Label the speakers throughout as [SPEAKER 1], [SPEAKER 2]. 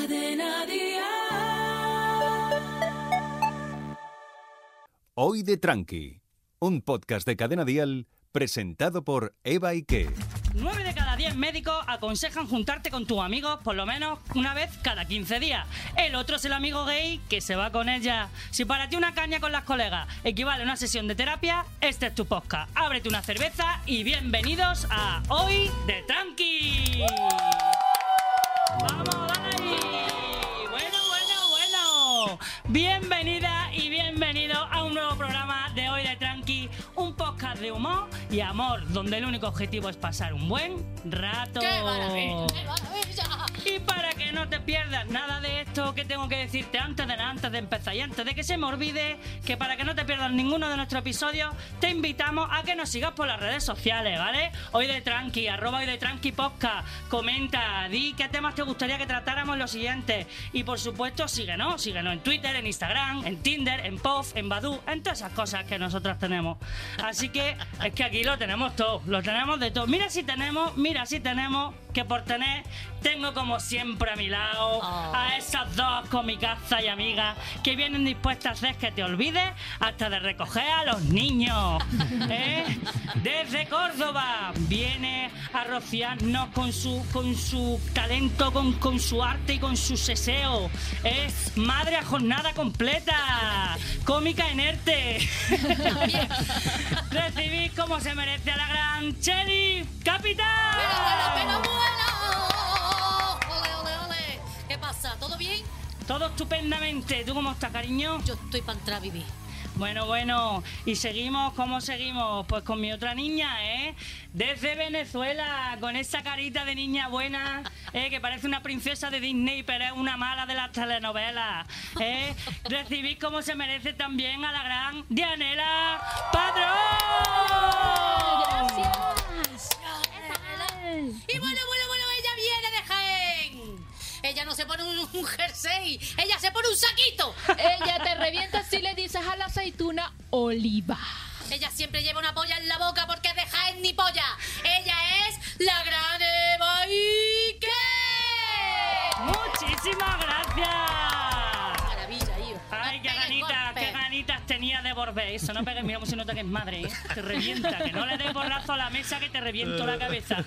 [SPEAKER 1] Cadena
[SPEAKER 2] Hoy de Tranqui, un podcast de Cadena Dial presentado por Eva Ike.
[SPEAKER 3] 9 de cada 10 médicos aconsejan juntarte con tus amigos por lo menos una vez cada 15 días. El otro es el amigo gay que se va con ella. Si para ti una caña con las colegas equivale a una sesión de terapia, este es tu podcast. Ábrete una cerveza y bienvenidos a Hoy de Tranqui. ¡Vamos, Dani! Bueno, bueno, bueno. Bienvenida y bienvenido a un nuevo programa de Hoy de Tranqui, un podcast de humor y amor, donde el único objetivo es pasar un buen rato.
[SPEAKER 4] ¡Qué maravilla! ¡Qué maravilla!
[SPEAKER 3] Y para que no te pierdas nada de esto que tengo que decirte antes de nada, antes de empezar y antes de que se me olvide, que para que no te pierdas ninguno de nuestros episodios, te invitamos a que nos sigas por las redes sociales, ¿vale? Hoy de Tranqui, arroba hoy de Tranqui Podcast, comenta, di qué temas te gustaría que tratáramos los siguientes. Y por supuesto, síguenos, síguenos en Twitter, en Instagram, en Tinder, en POF, en Badu, en todas esas cosas que nosotros tenemos. Así que es que aquí lo tenemos todo, lo tenemos de todo. Mira si tenemos, mira si tenemos, que por tener tengo como siempre a mi lado a esas dos comicazas y amigas que vienen dispuestas a hacer que te olvides hasta de recoger a los niños. ¿eh? Desde Córdoba viene a rociarnos con su, con su talento, con, con su arte y con su seseo. Es madre a jornada completa, cómica inerte. Recibid como se merece a la gran Cheli Capital.
[SPEAKER 4] ¡Pero bueno, pero bueno! ¡Ole, ole, ole! ¿Qué pasa? ¿Todo bien?
[SPEAKER 3] Todo estupendamente. ¿Tú cómo estás, cariño?
[SPEAKER 4] Yo estoy para entrar a vivir.
[SPEAKER 3] Bueno, bueno, y seguimos, ¿cómo seguimos? Pues con mi otra niña, ¿eh? Desde Venezuela, con esa carita de niña buena, ¿eh? que parece una princesa de Disney, pero es una mala de las telenovelas, ¿eh? Recibís como se merece también a la gran Dianela Padrón.
[SPEAKER 5] Gracias.
[SPEAKER 4] Y bueno, bueno, bueno, ella viene de Jaén. Ella no se pone un, un jersey, ella se pone un saquito.
[SPEAKER 5] Ella te revienta si le dices a la aceituna oliva.
[SPEAKER 4] Ella siempre lleva una polla en la boca porque de Jaén ni polla. Ella es la gran Eva Ike.
[SPEAKER 3] Muchísimas gracias.
[SPEAKER 4] Maravilla, hijo.
[SPEAKER 3] Ay,
[SPEAKER 4] No
[SPEAKER 3] qué
[SPEAKER 4] pegues
[SPEAKER 3] ganitas,
[SPEAKER 4] golpe.
[SPEAKER 3] qué ganitas tenía de volver eso. No pegues, mira cómo se nota que es madre, ¿eh? Te revienta, que no le des porrazo a la mesa que te reviento la cabeza.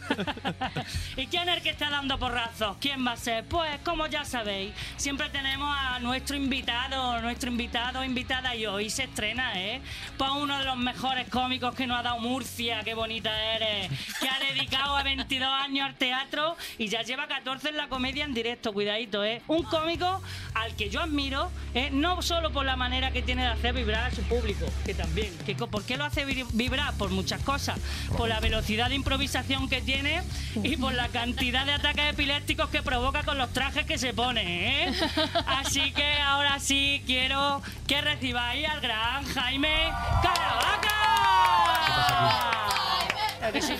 [SPEAKER 3] ¿Y quién es el que está dando porrazos? ¿Quién va a ser? Pues, como ya sabéis, siempre tenemos a nuestro invitado, nuestro invitado, invitada, y hoy se estrena, ¿eh? Pues uno de los mejores cómicos que nos ha dado Murcia, qué bonita eres, que ha dedicado a 22 años al teatro y ya lleva 14 en la comedia en directo, cuidadito, ¿eh? Un cómico al que yo admiro, ¿eh? no solo por la manera que tiene de hacer vibrar a su público, que también, que co- ¿por qué lo hace vi- vibrar? Por muchas cosas, por la velocidad de improvisación que tiene y por la cantidad de ataques epilépticos que provoca con los trajes que se pone, ¿eh? Así que ahora sí quiero que recibáis al gran Jaime Caravaca. ¿A que sí?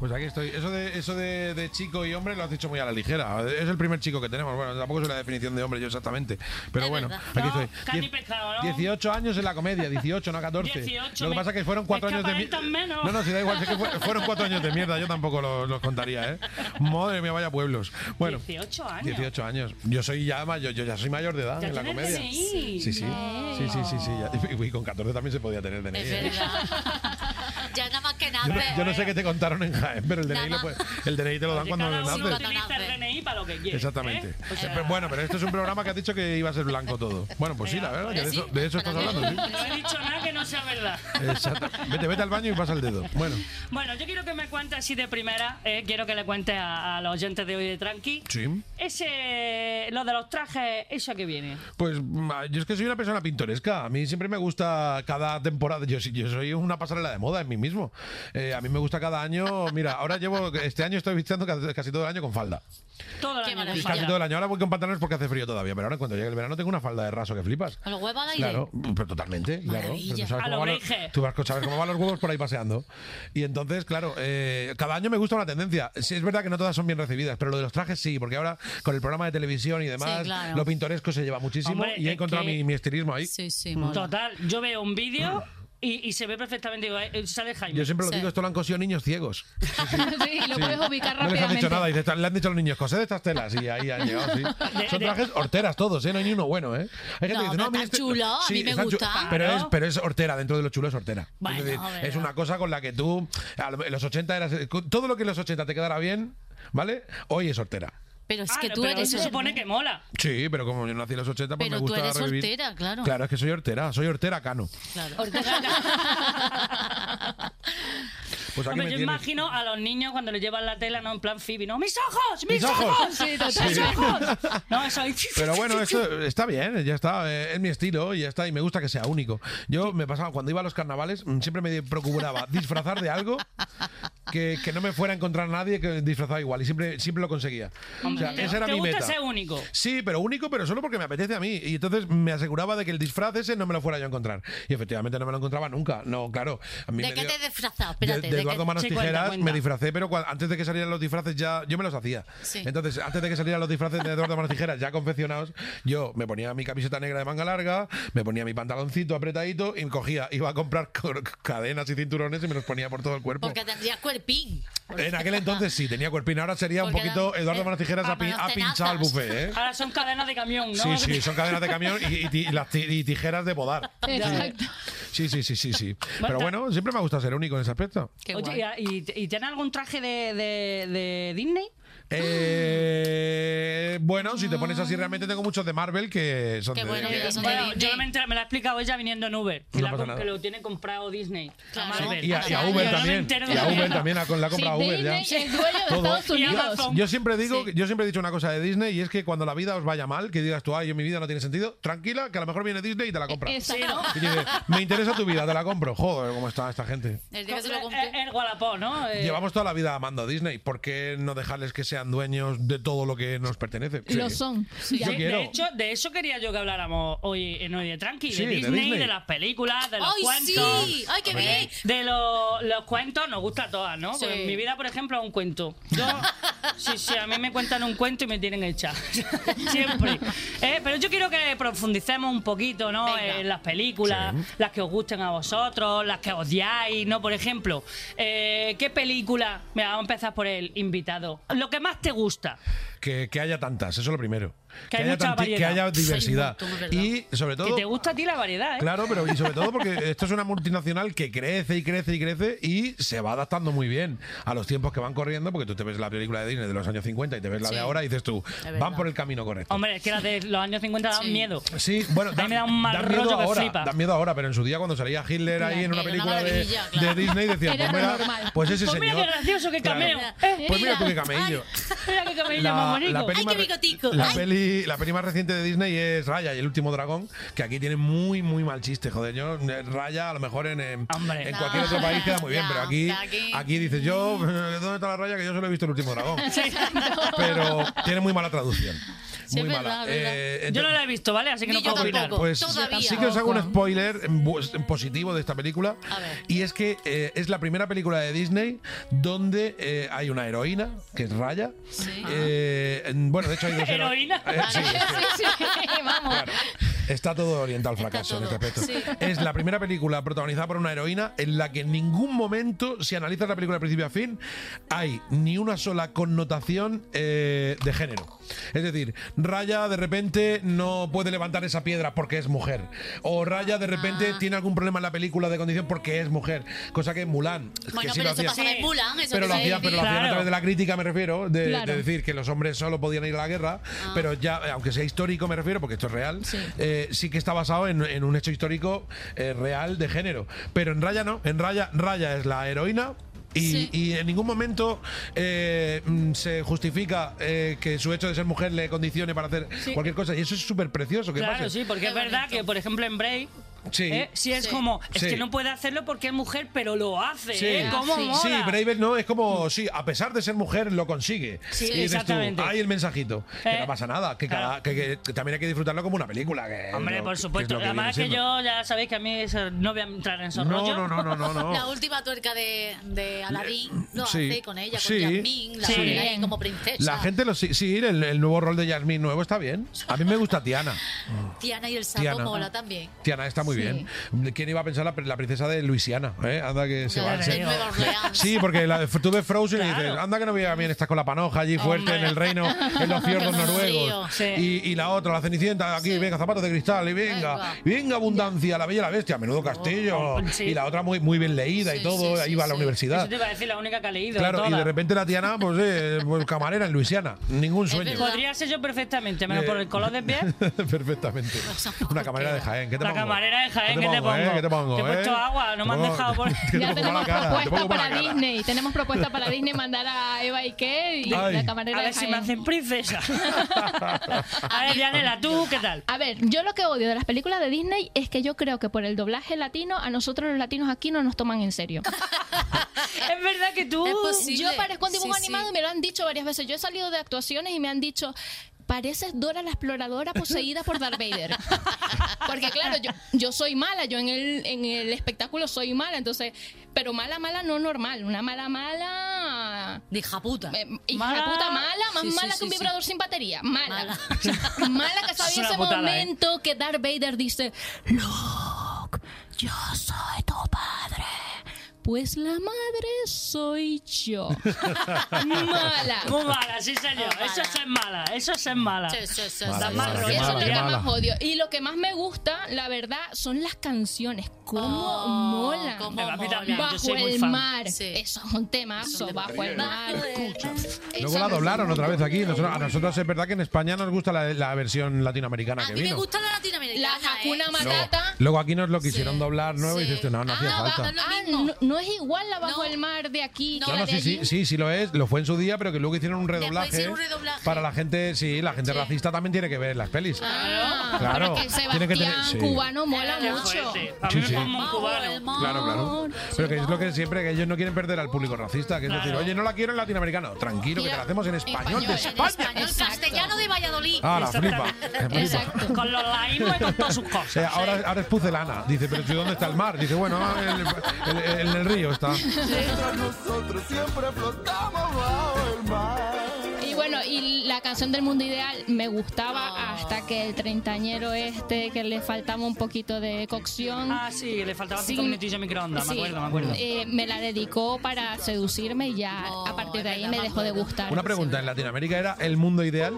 [SPEAKER 6] Pues aquí estoy. Eso de, eso de, de chico y hombre lo has dicho muy a la ligera. Es el primer chico que tenemos. Bueno, tampoco sé la definición de hombre yo exactamente. Pero
[SPEAKER 4] Es
[SPEAKER 6] bueno,
[SPEAKER 4] verdad.
[SPEAKER 6] aquí
[SPEAKER 3] No,
[SPEAKER 6] estoy.
[SPEAKER 3] carne y
[SPEAKER 6] Die-
[SPEAKER 3] pescado, ¿no?
[SPEAKER 6] 18 años en la comedia, 18, no 14.
[SPEAKER 3] 18
[SPEAKER 6] lo que
[SPEAKER 3] me-
[SPEAKER 6] pasa es que fueron cuatro
[SPEAKER 3] es que
[SPEAKER 6] años de mierda.
[SPEAKER 3] aparentan menos.
[SPEAKER 6] No, no, si da igual, sé que fue- fueron cuatro años de mierda. Yo tampoco lo- los, contaría, ¿eh? Madre mía, vaya pueblos. Bueno,
[SPEAKER 3] 18 años.
[SPEAKER 6] 18 años. Yo soy ya mayor, yo ya soy mayor de edad
[SPEAKER 3] Ya
[SPEAKER 6] en la
[SPEAKER 3] tienes
[SPEAKER 6] comedia.
[SPEAKER 3] DNI.
[SPEAKER 6] Sí, sí. Sí, sí, sí, sí, ya. Y, y con 14 también se podía tener DNI.
[SPEAKER 4] Es
[SPEAKER 6] ¿eh?
[SPEAKER 4] verdad. ya nada más que nada.
[SPEAKER 6] Yo no, yo no sé qué te contaron en Jaén, pero el DNI,
[SPEAKER 4] Nada.
[SPEAKER 6] lo puede- el DNI te lo dan
[SPEAKER 3] Que
[SPEAKER 6] cuando
[SPEAKER 3] cada uno
[SPEAKER 6] naces.
[SPEAKER 3] utiliza el DNI para lo que quiere.
[SPEAKER 6] Exactamente.
[SPEAKER 3] ¿eh?
[SPEAKER 6] Eh, pero bueno, pero esto es un programa que has dicho que iba a ser blanco todo. Bueno, pues sí, la verdad, que de eso, de eso estás hablando. ¿sí?
[SPEAKER 3] No he dicho nada que no sea verdad.
[SPEAKER 6] Exacto. Vete, vete al baño y pasa el dedo. Bueno,
[SPEAKER 3] Bueno, yo quiero que me cuentes así de primera, eh, quiero que le cuentes a, a los oyentes de hoy de Tranqui.
[SPEAKER 6] sí.
[SPEAKER 3] Ese, lo de los trajes, eso que viene.
[SPEAKER 6] Pues mm, yo es que soy una persona pintoresca. A mí siempre me gusta cada temporada. Yo, sí- yo soy una pasarela de moda en mí mismo. Eh, a mí me gusta cada año. Mira, ahora llevo. Este año estoy vistiendo ca- casi todo el año con falda.
[SPEAKER 3] Todo el
[SPEAKER 4] Qué
[SPEAKER 3] año.
[SPEAKER 4] maravilla.
[SPEAKER 3] con
[SPEAKER 6] Casi
[SPEAKER 3] falda.
[SPEAKER 6] todo el año. Ahora voy con pantalones porque hace frío todavía. Pero ahora cuando llegue el verano tengo una falda de raso que flipas.
[SPEAKER 4] A los huevos al aire.
[SPEAKER 6] Claro, mm, pero totalmente, claro.
[SPEAKER 4] Maravilla.
[SPEAKER 6] Pero tú sabes
[SPEAKER 3] A
[SPEAKER 6] cómo
[SPEAKER 3] lo
[SPEAKER 6] van
[SPEAKER 3] Breige.
[SPEAKER 6] los, tú vas- sabes cómo van los huevos por ahí paseando. Y entonces, claro, eh, cada año me gusta una tendencia. Sí, es verdad que no todas son bien recibidas, pero lo de los trajes sí, porque ahora con el programa de televisión y demás,
[SPEAKER 4] Sí, claro.
[SPEAKER 6] lo pintoresco se lleva muchísimo
[SPEAKER 3] Hombre,
[SPEAKER 6] y he
[SPEAKER 3] es
[SPEAKER 6] encontrado
[SPEAKER 3] que-
[SPEAKER 6] mi, mi estilismo ahí.
[SPEAKER 4] Sí, sí, mola.
[SPEAKER 3] Total, yo veo un vídeo y, y se ve perfectamente. Digo, eh, sale Jaime.
[SPEAKER 6] Yo siempre lo
[SPEAKER 4] Sí.
[SPEAKER 6] digo, esto lo han cosido niños ciegos.
[SPEAKER 5] Sí, y lo puedes ubicar
[SPEAKER 6] No les han
[SPEAKER 5] rápidamente.
[SPEAKER 6] dicho nada. dice, le han dicho a los niños, cosed estas telas. Y ahí han llegado, sí. Son
[SPEAKER 3] de-
[SPEAKER 6] trajes horteras todos, ¿eh? No hay ni uno bueno, ¿eh? Hay gente
[SPEAKER 4] No,
[SPEAKER 6] que dice,
[SPEAKER 4] pero
[SPEAKER 6] a mí
[SPEAKER 4] está chulo, a mí me
[SPEAKER 6] está chu-
[SPEAKER 4] gusta.
[SPEAKER 6] Pero es,
[SPEAKER 3] Claro.
[SPEAKER 6] pero es hortera, dentro de lo chulo es hortera.
[SPEAKER 4] Bueno,
[SPEAKER 6] es, decir,
[SPEAKER 4] pero-
[SPEAKER 6] es una cosa con la que tú, a lo- en los 80 eras... eh, Todo lo que en los 80 te quedara bien, ¿vale? Hoy es hortera.
[SPEAKER 4] Pero es
[SPEAKER 3] Ah,
[SPEAKER 4] que
[SPEAKER 3] no,
[SPEAKER 4] tú
[SPEAKER 3] pero
[SPEAKER 4] eres.
[SPEAKER 3] se supone que mola.
[SPEAKER 6] Sí, pero como yo nací en los 80, pues
[SPEAKER 4] Pero
[SPEAKER 6] me
[SPEAKER 4] tú
[SPEAKER 6] gusta
[SPEAKER 4] eres
[SPEAKER 6] revivir.
[SPEAKER 4] hortera, claro.
[SPEAKER 6] Claro, es que soy hortera, soy hortera cano.
[SPEAKER 4] Claro.
[SPEAKER 6] Pues aquí
[SPEAKER 3] Hombre,
[SPEAKER 6] me
[SPEAKER 3] yo
[SPEAKER 6] tienes.
[SPEAKER 3] imagino a los niños cuando le llevan la tela, no en plan Phoebe, no, ¡mis ojos! ¡Mis,
[SPEAKER 6] ¡Mis ojos!
[SPEAKER 3] ojos!
[SPEAKER 5] Sí, total.
[SPEAKER 3] ¡Mis
[SPEAKER 6] Sí.
[SPEAKER 3] ojos! No, eso ahí-
[SPEAKER 6] Pero bueno, esto está bien, ya está, eh, es mi estilo y ya está, y me gusta que sea único. Yo me pasaba, cuando iba a los carnavales, mm, siempre me procuraba disfrazar de algo que, que no me fuera a encontrar nadie que disfrazaba igual, y siempre, siempre lo conseguía. O sea,
[SPEAKER 3] ¿Te-
[SPEAKER 6] esa era
[SPEAKER 3] te
[SPEAKER 6] mi
[SPEAKER 3] gusta
[SPEAKER 6] meta.
[SPEAKER 3] ser único?
[SPEAKER 6] Sí, pero único, pero solo porque me apetece a mí. Y entonces me aseguraba de que el disfraz ese no me lo fuera yo a encontrar. Y efectivamente no me lo encontraba nunca. No, claro. A mí
[SPEAKER 4] ¿De
[SPEAKER 6] me
[SPEAKER 4] qué
[SPEAKER 6] dio-
[SPEAKER 4] te disfrazas?
[SPEAKER 6] de-
[SPEAKER 4] Espérate.
[SPEAKER 6] de,
[SPEAKER 4] ¿de
[SPEAKER 6] Eduardo
[SPEAKER 4] qué-
[SPEAKER 6] Manos
[SPEAKER 3] Sí, cuenta,
[SPEAKER 6] Tijeras
[SPEAKER 3] cuenta.
[SPEAKER 6] me disfracé, pero cua- antes de que salieran los disfraces ya yo me los hacía.
[SPEAKER 4] Sí.
[SPEAKER 6] Entonces, antes de que salieran los disfraces de Eduardo Manos Tijeras ya confeccionados, yo me ponía mi camiseta negra de manga larga, me ponía mi pantaloncito apretadito y cogía, iba a comprar cor- cadenas y cinturones y me los ponía por todo el cuerpo.
[SPEAKER 4] Porque tendrías cuerpín.
[SPEAKER 6] En aquel entonces sí, tenía cuerpina, ahora sería un
[SPEAKER 4] Porque
[SPEAKER 6] poquito
[SPEAKER 4] eran-
[SPEAKER 6] Eduardo Manos Tijeras ha,
[SPEAKER 4] eran
[SPEAKER 6] pi- ha
[SPEAKER 4] tenazas.
[SPEAKER 6] pinchado el buffet, ¿eh?
[SPEAKER 3] Ahora son cadenas de camión, ¿no?
[SPEAKER 6] Sí, sí, son cadenas de camión y, y ti- y las ti- y tijeras de podar.
[SPEAKER 5] Exacto.
[SPEAKER 6] Sí, sí, sí, sí, sí. Pero
[SPEAKER 3] ta-
[SPEAKER 6] bueno, siempre me ha gustado ser único en ese aspecto.
[SPEAKER 4] Qué
[SPEAKER 3] Oye,
[SPEAKER 4] guay.
[SPEAKER 3] ¿y, y, y tiene algún traje de, de, de Disney?
[SPEAKER 6] Eh, bueno, si te pones así, realmente tengo muchos de Marvel que son
[SPEAKER 4] Qué
[SPEAKER 6] de-
[SPEAKER 4] bueno,
[SPEAKER 6] que-
[SPEAKER 4] que son de
[SPEAKER 3] Bueno,
[SPEAKER 4] Disney.
[SPEAKER 3] yo me, enteré- me la he explicado ella viniendo en Uber. Que,
[SPEAKER 6] No
[SPEAKER 3] la
[SPEAKER 6] pasa
[SPEAKER 3] com-
[SPEAKER 6] nada.
[SPEAKER 3] que lo tiene comprado Disney.
[SPEAKER 4] Claro.
[SPEAKER 3] A Marvel. Ah,
[SPEAKER 6] y, a, y a
[SPEAKER 3] Yo no
[SPEAKER 6] Uber
[SPEAKER 3] me
[SPEAKER 6] también.
[SPEAKER 3] entero de
[SPEAKER 6] Y a
[SPEAKER 3] nada.
[SPEAKER 6] Uber también, la, con la compra
[SPEAKER 5] Sí,
[SPEAKER 6] Uber ya.
[SPEAKER 5] Disney es dueño de Estados
[SPEAKER 3] Y
[SPEAKER 5] Unidos.
[SPEAKER 3] Amazon.
[SPEAKER 6] Yo siempre digo,
[SPEAKER 4] Sí.
[SPEAKER 6] yo siempre he dicho una cosa de Disney y es que cuando la vida os vaya mal, que digas tú, ay, yo mi vida no tiene sentido, tranquila, que a lo mejor viene Disney y te la compra.
[SPEAKER 5] Exacto.
[SPEAKER 6] Y dices, me interesa tu vida, te la compro. Joder, cómo está esta gente.
[SPEAKER 4] El día que se lo
[SPEAKER 3] Eh,
[SPEAKER 4] compré.
[SPEAKER 3] eh, El Wallapop, ¿no? Eh,
[SPEAKER 6] Llevamos toda la vida amando a Disney. ¿Por qué no dejarles que sean dueños de todo lo que nos pertenece?
[SPEAKER 5] Lo
[SPEAKER 6] Sí.
[SPEAKER 5] son.
[SPEAKER 6] yo
[SPEAKER 3] de, de
[SPEAKER 6] quiero.
[SPEAKER 3] hecho, de eso quería yo que habláramos hoy en Hoy de Tranqui,
[SPEAKER 6] Sí,
[SPEAKER 3] de,
[SPEAKER 6] de
[SPEAKER 3] Disney, de
[SPEAKER 6] Disney.
[SPEAKER 3] las películas, de los
[SPEAKER 4] ¡Ay,
[SPEAKER 3] cuentos.
[SPEAKER 4] sí! ¡Ay, qué bien!
[SPEAKER 3] De los, los cuentos nos gusta a todas, ¿no?
[SPEAKER 4] Sí.
[SPEAKER 3] Pues mi vida, por ejemplo, es un cuento. Yo, sí, sí, a mí me cuentan un cuento y me tienen hecha. Siempre. Eh, pero yo quiero que profundicemos un poquito, ¿no?
[SPEAKER 4] Venga.
[SPEAKER 3] En las películas, las que os gusten a vosotros, las que odiáis, ¿no? Por ejemplo, eh, ¿qué película? Mira, vamos a empezar por el invitado. Lo que más te gusta.
[SPEAKER 6] Que, que haya tantas, eso es lo primero.
[SPEAKER 3] Que hay mucha
[SPEAKER 6] tanti- que
[SPEAKER 3] variedad.
[SPEAKER 6] haya diversidad.
[SPEAKER 4] Hay un montón,
[SPEAKER 6] y sobre todo.
[SPEAKER 3] Que te gusta a ti la variedad, ¿eh?
[SPEAKER 6] Claro, pero y sobre todo porque esto es una multinacional que crece y crece y crece y se va adaptando muy bien a los tiempos que van corriendo, porque tú te ves la película de Disney de los años 50 y te ves la de
[SPEAKER 4] Sí.
[SPEAKER 6] ahora y dices tú,
[SPEAKER 4] verdad.
[SPEAKER 6] van por el camino correcto.
[SPEAKER 3] Hombre, es que las de los años 50 dan
[SPEAKER 4] Sí.
[SPEAKER 3] miedo.
[SPEAKER 6] Sí, bueno,
[SPEAKER 3] A mí me da un mal rollo que
[SPEAKER 6] ahora,
[SPEAKER 3] flipa.
[SPEAKER 6] da miedo ahora, pero en su día cuando salía Hitler ahí en
[SPEAKER 4] Era una
[SPEAKER 6] una película de,
[SPEAKER 4] maravilla,
[SPEAKER 6] de
[SPEAKER 4] claro.
[SPEAKER 6] Disney decía,
[SPEAKER 5] Era
[SPEAKER 6] pues mira,
[SPEAKER 5] lo normal.
[SPEAKER 6] pues ese
[SPEAKER 3] Pues mira
[SPEAKER 6] señor.
[SPEAKER 3] qué gracioso, qué
[SPEAKER 6] Claro.
[SPEAKER 3] cameo. ¿eh?
[SPEAKER 6] Pues mira tú qué camello.
[SPEAKER 3] Mira qué camello más bonito.
[SPEAKER 4] ¡Ay, qué
[SPEAKER 6] más re-
[SPEAKER 4] bigotico!
[SPEAKER 6] La,
[SPEAKER 4] ¡Ay!
[SPEAKER 6] peli- la peli más reciente de Disney es Raya y el último dragón, que aquí tiene muy, muy mal chiste. Joder, yo eh, Raya a lo mejor en, em,
[SPEAKER 3] Hombre.
[SPEAKER 6] en
[SPEAKER 3] No,
[SPEAKER 6] cualquier otro país queda muy bien,
[SPEAKER 4] no,
[SPEAKER 6] pero aquí,
[SPEAKER 4] aquí-
[SPEAKER 6] aquí dices yo, ¿dónde está la Raya? Que yo solo he visto el último dragón. Pero tiene muy mala traducción.
[SPEAKER 4] Sí,
[SPEAKER 6] muy
[SPEAKER 4] es
[SPEAKER 6] mala.
[SPEAKER 4] verdad, verdad.
[SPEAKER 6] Eh,
[SPEAKER 3] Yo
[SPEAKER 6] ente-
[SPEAKER 3] no la he visto, ¿vale? Así que
[SPEAKER 4] Ni
[SPEAKER 3] no puedo
[SPEAKER 4] yo
[SPEAKER 3] opinar.
[SPEAKER 4] tampoco.
[SPEAKER 6] pues
[SPEAKER 4] Todavía.
[SPEAKER 6] sí que os hago un
[SPEAKER 5] Ojo.
[SPEAKER 6] spoiler en bu- en positivo de esta película.
[SPEAKER 4] A ver.
[SPEAKER 6] Y es que eh, es la primera película de Disney donde eh, hay una heroína, que es Raya.
[SPEAKER 4] Sí.
[SPEAKER 6] Eh, en- bueno, de hecho hay dos hero-
[SPEAKER 3] ¿Heroína?
[SPEAKER 6] Eh, sí, sí.
[SPEAKER 5] Sí, sí, vamos.
[SPEAKER 6] Claro. Está todo orientado al fracaso en
[SPEAKER 4] todo,
[SPEAKER 6] este aspecto.
[SPEAKER 4] sí.
[SPEAKER 6] Es la primera película protagonizada por una heroína en la que en ningún momento, si analizas la película de principio a fin, hay ni una sola connotación eh, de género. Es decir, Raya de repente no puede levantar esa piedra porque es mujer. O Raya de
[SPEAKER 4] Ah.
[SPEAKER 6] repente tiene algún problema en la película de condición porque es mujer. Cosa que en Mulan.
[SPEAKER 4] Bueno,
[SPEAKER 6] que sí
[SPEAKER 4] pero
[SPEAKER 6] lo
[SPEAKER 4] eso
[SPEAKER 6] hacía.
[SPEAKER 4] pasaba en Mulan. Eso
[SPEAKER 6] Pero lo
[SPEAKER 4] que se
[SPEAKER 6] hacían,
[SPEAKER 4] decía.
[SPEAKER 6] pero lo hacían a
[SPEAKER 3] Claro.
[SPEAKER 6] través de la crítica, me refiero, de,
[SPEAKER 5] Claro.
[SPEAKER 6] de decir que los hombres solo podían ir a la guerra, pero ya, eh, aunque sea histórico, me refiero, porque esto es real,
[SPEAKER 5] Sí.
[SPEAKER 6] eh, sí que está basado en, en un hecho histórico eh, real de género. Pero en Raya no, en Raya, Raya es la heroína. Y,
[SPEAKER 5] Sí.
[SPEAKER 6] y en ningún momento eh, mm, se justifica eh, que su hecho de ser mujer le condicione para hacer
[SPEAKER 3] Sí.
[SPEAKER 6] cualquier cosa. Y eso es súper precioso. que
[SPEAKER 3] Claro,
[SPEAKER 6] pase.
[SPEAKER 3] sí, porque
[SPEAKER 4] Qué
[SPEAKER 3] es verdad
[SPEAKER 4] bonito.
[SPEAKER 3] que, por ejemplo, en Bray,
[SPEAKER 6] Sí.
[SPEAKER 3] ¿eh? sí es
[SPEAKER 4] Sí.
[SPEAKER 3] como, es
[SPEAKER 6] Sí.
[SPEAKER 3] que no puede hacerlo porque es mujer, pero lo hace,
[SPEAKER 6] Sí.
[SPEAKER 3] ¿eh? ¿Cómo
[SPEAKER 5] Sí.
[SPEAKER 3] mola?
[SPEAKER 6] Sí, Braver no, es como, sí, a pesar de ser mujer, lo consigue.
[SPEAKER 3] Sí,
[SPEAKER 6] Y dices tú,
[SPEAKER 3] exactamente.
[SPEAKER 6] ahí el mensajito.
[SPEAKER 3] Eh,
[SPEAKER 6] Que no pasa nada, que, cada- que- que- que también hay que disfrutarlo como una película. que es
[SPEAKER 3] Hombre,
[SPEAKER 6] lo-
[SPEAKER 3] por
[SPEAKER 6] que es
[SPEAKER 3] supuesto.
[SPEAKER 6] lo que
[SPEAKER 3] Además
[SPEAKER 6] viene
[SPEAKER 3] que
[SPEAKER 6] siendo.
[SPEAKER 3] yo, ya sabéis que a mí eso- no voy a entrar en esos rollos.
[SPEAKER 6] No, no, no, no, no.
[SPEAKER 4] La
[SPEAKER 6] no.
[SPEAKER 4] última tuerca de, de Aladdin lo
[SPEAKER 6] sí.
[SPEAKER 4] hace con ella, con
[SPEAKER 6] Sí.
[SPEAKER 4] Jasmine, la
[SPEAKER 3] Sí.
[SPEAKER 4] ponen ahí como princesa.
[SPEAKER 6] La gente lo sí, sí, el, el nuevo rol de Yasmín nuevo está bien. A mí me gusta Tiana.
[SPEAKER 4] Tiana y el sapo
[SPEAKER 6] Tiana.
[SPEAKER 4] mola también.
[SPEAKER 6] Tiana está muy muy
[SPEAKER 5] Sí.
[SPEAKER 6] bien. ¿Quién iba a pensar la, la princesa de Luisiana? eh? Anda que se va.
[SPEAKER 4] De
[SPEAKER 6] se-
[SPEAKER 4] Nueva Orleans.
[SPEAKER 6] Sí, porque la, tú ves Frozen y dices,
[SPEAKER 3] Claro.
[SPEAKER 6] anda que no me lleva bien, estás con la panoja allí fuerte
[SPEAKER 4] Hombre.
[SPEAKER 6] en el reino, en los fiordos
[SPEAKER 4] Qué
[SPEAKER 6] noruegos.
[SPEAKER 3] frío.
[SPEAKER 6] Y, y la otra, la cenicienta, aquí, venga, zapatos de cristal, y venga, venga,
[SPEAKER 4] Venga. Oh,
[SPEAKER 6] abundancia, la bella y la bestia, menudo castillo.
[SPEAKER 3] sí.
[SPEAKER 6] Y la otra muy, muy bien leída y
[SPEAKER 4] Sí,
[SPEAKER 6] todo,
[SPEAKER 4] sí,
[SPEAKER 6] ahí
[SPEAKER 4] sí,
[SPEAKER 6] va a la
[SPEAKER 4] sí.
[SPEAKER 3] Eso
[SPEAKER 6] universidad.
[SPEAKER 3] te iba a decir la única que ha leído.
[SPEAKER 6] Claro, y
[SPEAKER 3] todas.
[SPEAKER 6] de repente la tiana, pues, eh, pues, camarera en Luisiana, ningún sueño.
[SPEAKER 4] verdad.
[SPEAKER 3] Podría ser yo perfectamente, menos
[SPEAKER 6] Eh,
[SPEAKER 3] por el color de piel.
[SPEAKER 6] Perfectamente. Una camarera de Jaén, ¿qué te
[SPEAKER 3] La
[SPEAKER 6] pongo?
[SPEAKER 3] camarera de Jaén, ¿qué te
[SPEAKER 6] eh?
[SPEAKER 3] pongo?
[SPEAKER 6] ¿Qué te pongo?
[SPEAKER 3] Te he puesto
[SPEAKER 6] eh?
[SPEAKER 3] agua, no me
[SPEAKER 6] Te
[SPEAKER 3] has
[SPEAKER 6] pongo-
[SPEAKER 3] dejado por- Ya
[SPEAKER 5] Ya
[SPEAKER 6] te pongo
[SPEAKER 5] tenemos
[SPEAKER 6] la cara, te
[SPEAKER 5] propuesta
[SPEAKER 6] pongo la
[SPEAKER 5] para
[SPEAKER 6] cara.
[SPEAKER 5] Disney. Tenemos propuesta para Disney mandar a Eva Ike y
[SPEAKER 6] Ay.
[SPEAKER 5] la camarera
[SPEAKER 3] A ver
[SPEAKER 5] de
[SPEAKER 3] si me
[SPEAKER 5] Jaén.
[SPEAKER 3] hacen princesa. a ver, Dianela, ¿tú qué tal?
[SPEAKER 5] A ver, yo lo que odio de las películas de Disney es que yo creo que por el doblaje latino, a nosotros los latinos aquí no nos toman en serio.
[SPEAKER 3] Es verdad que tú.
[SPEAKER 4] Es posible.
[SPEAKER 5] Yo parezco un dibujo
[SPEAKER 4] Sí, sí.
[SPEAKER 5] animado y me lo han dicho varias veces. Yo he salido de actuaciones y me han dicho, pareces Dora la exploradora poseída por Darth Vader. Porque claro, yo, yo soy mala, yo en el, en el espectáculo soy mala, entonces, pero mala, mala no normal, una mala, mala...
[SPEAKER 4] De hija puta.
[SPEAKER 5] eh, Hija
[SPEAKER 3] Mala.
[SPEAKER 5] puta mala, más
[SPEAKER 4] Sí, sí,
[SPEAKER 5] mala
[SPEAKER 4] sí,
[SPEAKER 5] que un
[SPEAKER 4] sí.
[SPEAKER 5] vibrador sin batería, mala.
[SPEAKER 4] Mala.
[SPEAKER 5] Mala, que
[SPEAKER 3] Es
[SPEAKER 5] sabía
[SPEAKER 3] una
[SPEAKER 5] ese
[SPEAKER 3] putada, ¿eh?
[SPEAKER 5] momento que Darth Vader dice, Luke, yo soy tu padre. Pues la madre soy yo. Mala.
[SPEAKER 3] Muy mala, sí, señor.
[SPEAKER 4] Muy
[SPEAKER 3] Eso es ser mala. Eso es ser mala.
[SPEAKER 4] Sí, sí, sí,
[SPEAKER 6] Mala,
[SPEAKER 4] sí.
[SPEAKER 3] mala,
[SPEAKER 4] Sí,
[SPEAKER 5] Eso es lo
[SPEAKER 3] mala,
[SPEAKER 5] que
[SPEAKER 6] mala.
[SPEAKER 5] más odio. Y lo que más me gusta, la verdad, son las canciones. ¿Cómo
[SPEAKER 4] Oh,
[SPEAKER 5] molan?
[SPEAKER 4] cómo
[SPEAKER 3] Venga, a mí
[SPEAKER 4] mola.
[SPEAKER 3] también. Yo
[SPEAKER 5] Bajo
[SPEAKER 3] soy muy
[SPEAKER 5] el
[SPEAKER 3] fan.
[SPEAKER 5] mar.
[SPEAKER 4] Sí.
[SPEAKER 5] Eso es un temazo. Bajo el mar.
[SPEAKER 6] Luego la doblaron otra vez aquí. Nosotros- a nosotros es verdad que en España nos gusta la, la versión latinoamericana
[SPEAKER 4] A
[SPEAKER 6] que
[SPEAKER 4] mí me
[SPEAKER 6] vino.
[SPEAKER 4] gusta la latinoamericana.
[SPEAKER 5] La Hakuna
[SPEAKER 4] ¿eh?
[SPEAKER 6] Luego,
[SPEAKER 5] Matata.
[SPEAKER 6] luego aquí nos lo quisieron
[SPEAKER 4] Sí.
[SPEAKER 6] doblar nuevo y
[SPEAKER 4] Sí.
[SPEAKER 6] dices, tú, no, no
[SPEAKER 4] Ah,
[SPEAKER 6] hacía
[SPEAKER 4] no,
[SPEAKER 6] falta.
[SPEAKER 4] va-
[SPEAKER 6] No,
[SPEAKER 4] lo
[SPEAKER 5] Ah,
[SPEAKER 4] mismo.
[SPEAKER 5] no, no es igual la bajo
[SPEAKER 4] No.
[SPEAKER 5] el mar de aquí
[SPEAKER 4] No,
[SPEAKER 5] que
[SPEAKER 6] no,
[SPEAKER 5] la de
[SPEAKER 6] sí,
[SPEAKER 5] allí.
[SPEAKER 6] sí, sí, sí lo es, lo fue en su día, pero que luego hicieron un
[SPEAKER 4] Después
[SPEAKER 6] redoblaje.
[SPEAKER 4] hicieron un redoblaje.
[SPEAKER 6] Para la gente, sí, la gente
[SPEAKER 4] Sí.
[SPEAKER 6] racista también tiene que ver las pelis.
[SPEAKER 5] Ah,
[SPEAKER 6] Claro.
[SPEAKER 5] porque
[SPEAKER 6] Tiene
[SPEAKER 5] Sebastián
[SPEAKER 6] que tener- sí.
[SPEAKER 5] cubano mola
[SPEAKER 4] Qué
[SPEAKER 5] mucho.
[SPEAKER 3] Fuerte. A
[SPEAKER 6] Sí,
[SPEAKER 3] mí me
[SPEAKER 6] sí.
[SPEAKER 3] pongo
[SPEAKER 4] Ah,
[SPEAKER 3] un
[SPEAKER 4] Bajo el
[SPEAKER 3] cubano.
[SPEAKER 4] mar.
[SPEAKER 6] Claro, claro. Pero que es lo que siempre, que ellos no quieren perder al público racista. Que es decir,
[SPEAKER 3] Claro.
[SPEAKER 6] oye, no la quiero en latinoamericano. Tranquilo, que te la hacemos en español de
[SPEAKER 5] español,
[SPEAKER 4] En
[SPEAKER 6] España.
[SPEAKER 4] español castellano de Valladolid.
[SPEAKER 6] Ah, la flipa.
[SPEAKER 3] Exactamente.
[SPEAKER 6] flipa.
[SPEAKER 5] Exacto.
[SPEAKER 3] Con los laimos y con todas sus
[SPEAKER 6] O
[SPEAKER 3] cosas.
[SPEAKER 6] sea, ahora, ahora es pucelana. Dice, pero si ¿dónde está el mar? Dice, bueno, en el, en- en el río está.
[SPEAKER 1] Mientras nosotros siempre flotamos bajo el mar.
[SPEAKER 5] Y bueno, y la canción del mundo ideal me gustaba
[SPEAKER 4] Ah.
[SPEAKER 5] hasta que el treintañero este, que le faltaba un poquito de cocción.
[SPEAKER 3] Ah, sí, le faltaban
[SPEAKER 5] Sí.
[SPEAKER 3] cinco minutillos de microondas,
[SPEAKER 5] sí,
[SPEAKER 3] me acuerdo, me acuerdo.
[SPEAKER 5] eh, me la dedicó para seducirme y ya
[SPEAKER 4] No,
[SPEAKER 5] a partir de
[SPEAKER 4] es
[SPEAKER 5] ahí
[SPEAKER 4] verdad,
[SPEAKER 5] me
[SPEAKER 4] me
[SPEAKER 5] dejó de
[SPEAKER 4] acuerdo.
[SPEAKER 5] gustar.
[SPEAKER 6] Una pregunta, en Latinoamérica era el mundo ideal.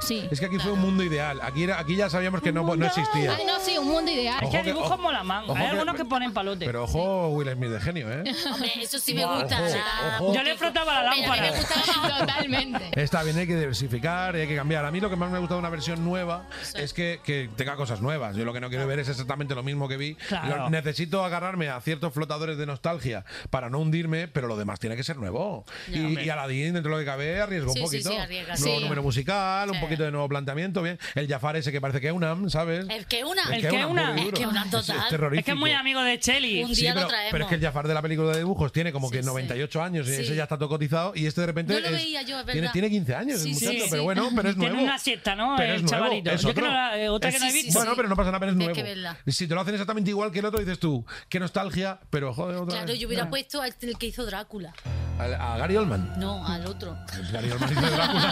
[SPEAKER 5] Sí.
[SPEAKER 6] Es que aquí fue un mundo ideal. Aquí, era, aquí ya sabíamos que no, no existía.
[SPEAKER 5] Ay, no, sí, un mundo ideal.
[SPEAKER 3] Es que
[SPEAKER 6] Ojo que-
[SPEAKER 3] dibujos
[SPEAKER 6] ojo-
[SPEAKER 3] mola man.
[SPEAKER 6] ojo
[SPEAKER 3] Hay
[SPEAKER 6] que-
[SPEAKER 3] algunos que ponen palote.
[SPEAKER 6] Pero ojo, Will Smith de genio, ¿eh?
[SPEAKER 4] Hombre, eso sí me
[SPEAKER 3] Ojo,
[SPEAKER 4] gusta. la-
[SPEAKER 6] ojo.
[SPEAKER 3] Yo le frotaba la
[SPEAKER 4] Pero a mí
[SPEAKER 3] lámpara.
[SPEAKER 4] me gustaba más.
[SPEAKER 5] Totalmente.
[SPEAKER 6] Está bien, hay que diversificar, y hay que cambiar. A mí lo que más me gusta de una versión nueva es que, que tenga cosas nuevas. Yo lo que no quiero ver es exactamente lo mismo que vi.
[SPEAKER 3] Claro.
[SPEAKER 6] Lo- necesito agarrarme a ciertos flotadores de nostalgia para no hundirme, pero lo demás tiene que ser nuevo. y, y Aladdin, dentro de lo que cabe, arriesgó
[SPEAKER 4] Sí,
[SPEAKER 6] un
[SPEAKER 4] sí,
[SPEAKER 6] poquito.
[SPEAKER 4] sí, arriesga,
[SPEAKER 6] Nuevo
[SPEAKER 4] sí.
[SPEAKER 6] número musical, un
[SPEAKER 4] Sí.
[SPEAKER 6] poquito de nuevo planteamiento. bien El Jafar ese que parece que es UNAM, ¿sabes?
[SPEAKER 4] El que una.
[SPEAKER 3] El que una.
[SPEAKER 6] puro y
[SPEAKER 3] El
[SPEAKER 6] duro.
[SPEAKER 4] que una total. Es
[SPEAKER 6] Es,
[SPEAKER 4] que es
[SPEAKER 3] Es que
[SPEAKER 6] terrorífico.
[SPEAKER 3] es muy amigo de Cheli.
[SPEAKER 4] Un
[SPEAKER 6] Sí,
[SPEAKER 4] día lo
[SPEAKER 6] pero,
[SPEAKER 4] traemos.
[SPEAKER 6] pero es que el Jafar de la película de dibujos tiene como que
[SPEAKER 4] Sí,
[SPEAKER 6] 98 años y
[SPEAKER 4] Sí.
[SPEAKER 6] ese ya está todo cotizado y este de repente
[SPEAKER 4] No lo
[SPEAKER 6] es-
[SPEAKER 4] veía yo, es
[SPEAKER 6] tiene,
[SPEAKER 4] verdad.
[SPEAKER 6] tiene 15 años, el
[SPEAKER 4] Sí, sí,
[SPEAKER 6] muchacho,
[SPEAKER 4] sí.
[SPEAKER 6] pero bueno, pero es nuevo.
[SPEAKER 3] Tiene una siesta, ¿no?
[SPEAKER 6] Pero
[SPEAKER 3] el
[SPEAKER 6] es nuevo,
[SPEAKER 3] chavalito.
[SPEAKER 6] es
[SPEAKER 3] Yo
[SPEAKER 6] otro.
[SPEAKER 3] creo la- eh, otra
[SPEAKER 6] Es-
[SPEAKER 3] que no he
[SPEAKER 4] sí, sí,
[SPEAKER 3] visto.
[SPEAKER 6] Bueno, pero no pasa nada, pero es
[SPEAKER 4] Hay
[SPEAKER 6] nuevo.
[SPEAKER 4] que verla.
[SPEAKER 6] Si te lo hacen exactamente igual que el otro, dices tú, qué nostalgia, pero joder, otra
[SPEAKER 4] Claro,
[SPEAKER 6] vez.
[SPEAKER 4] yo hubiera puesto al el que hizo Drácula.
[SPEAKER 6] a, a Gary Oldman.
[SPEAKER 4] No, al otro.
[SPEAKER 6] Gary Oldman hizo Drácula.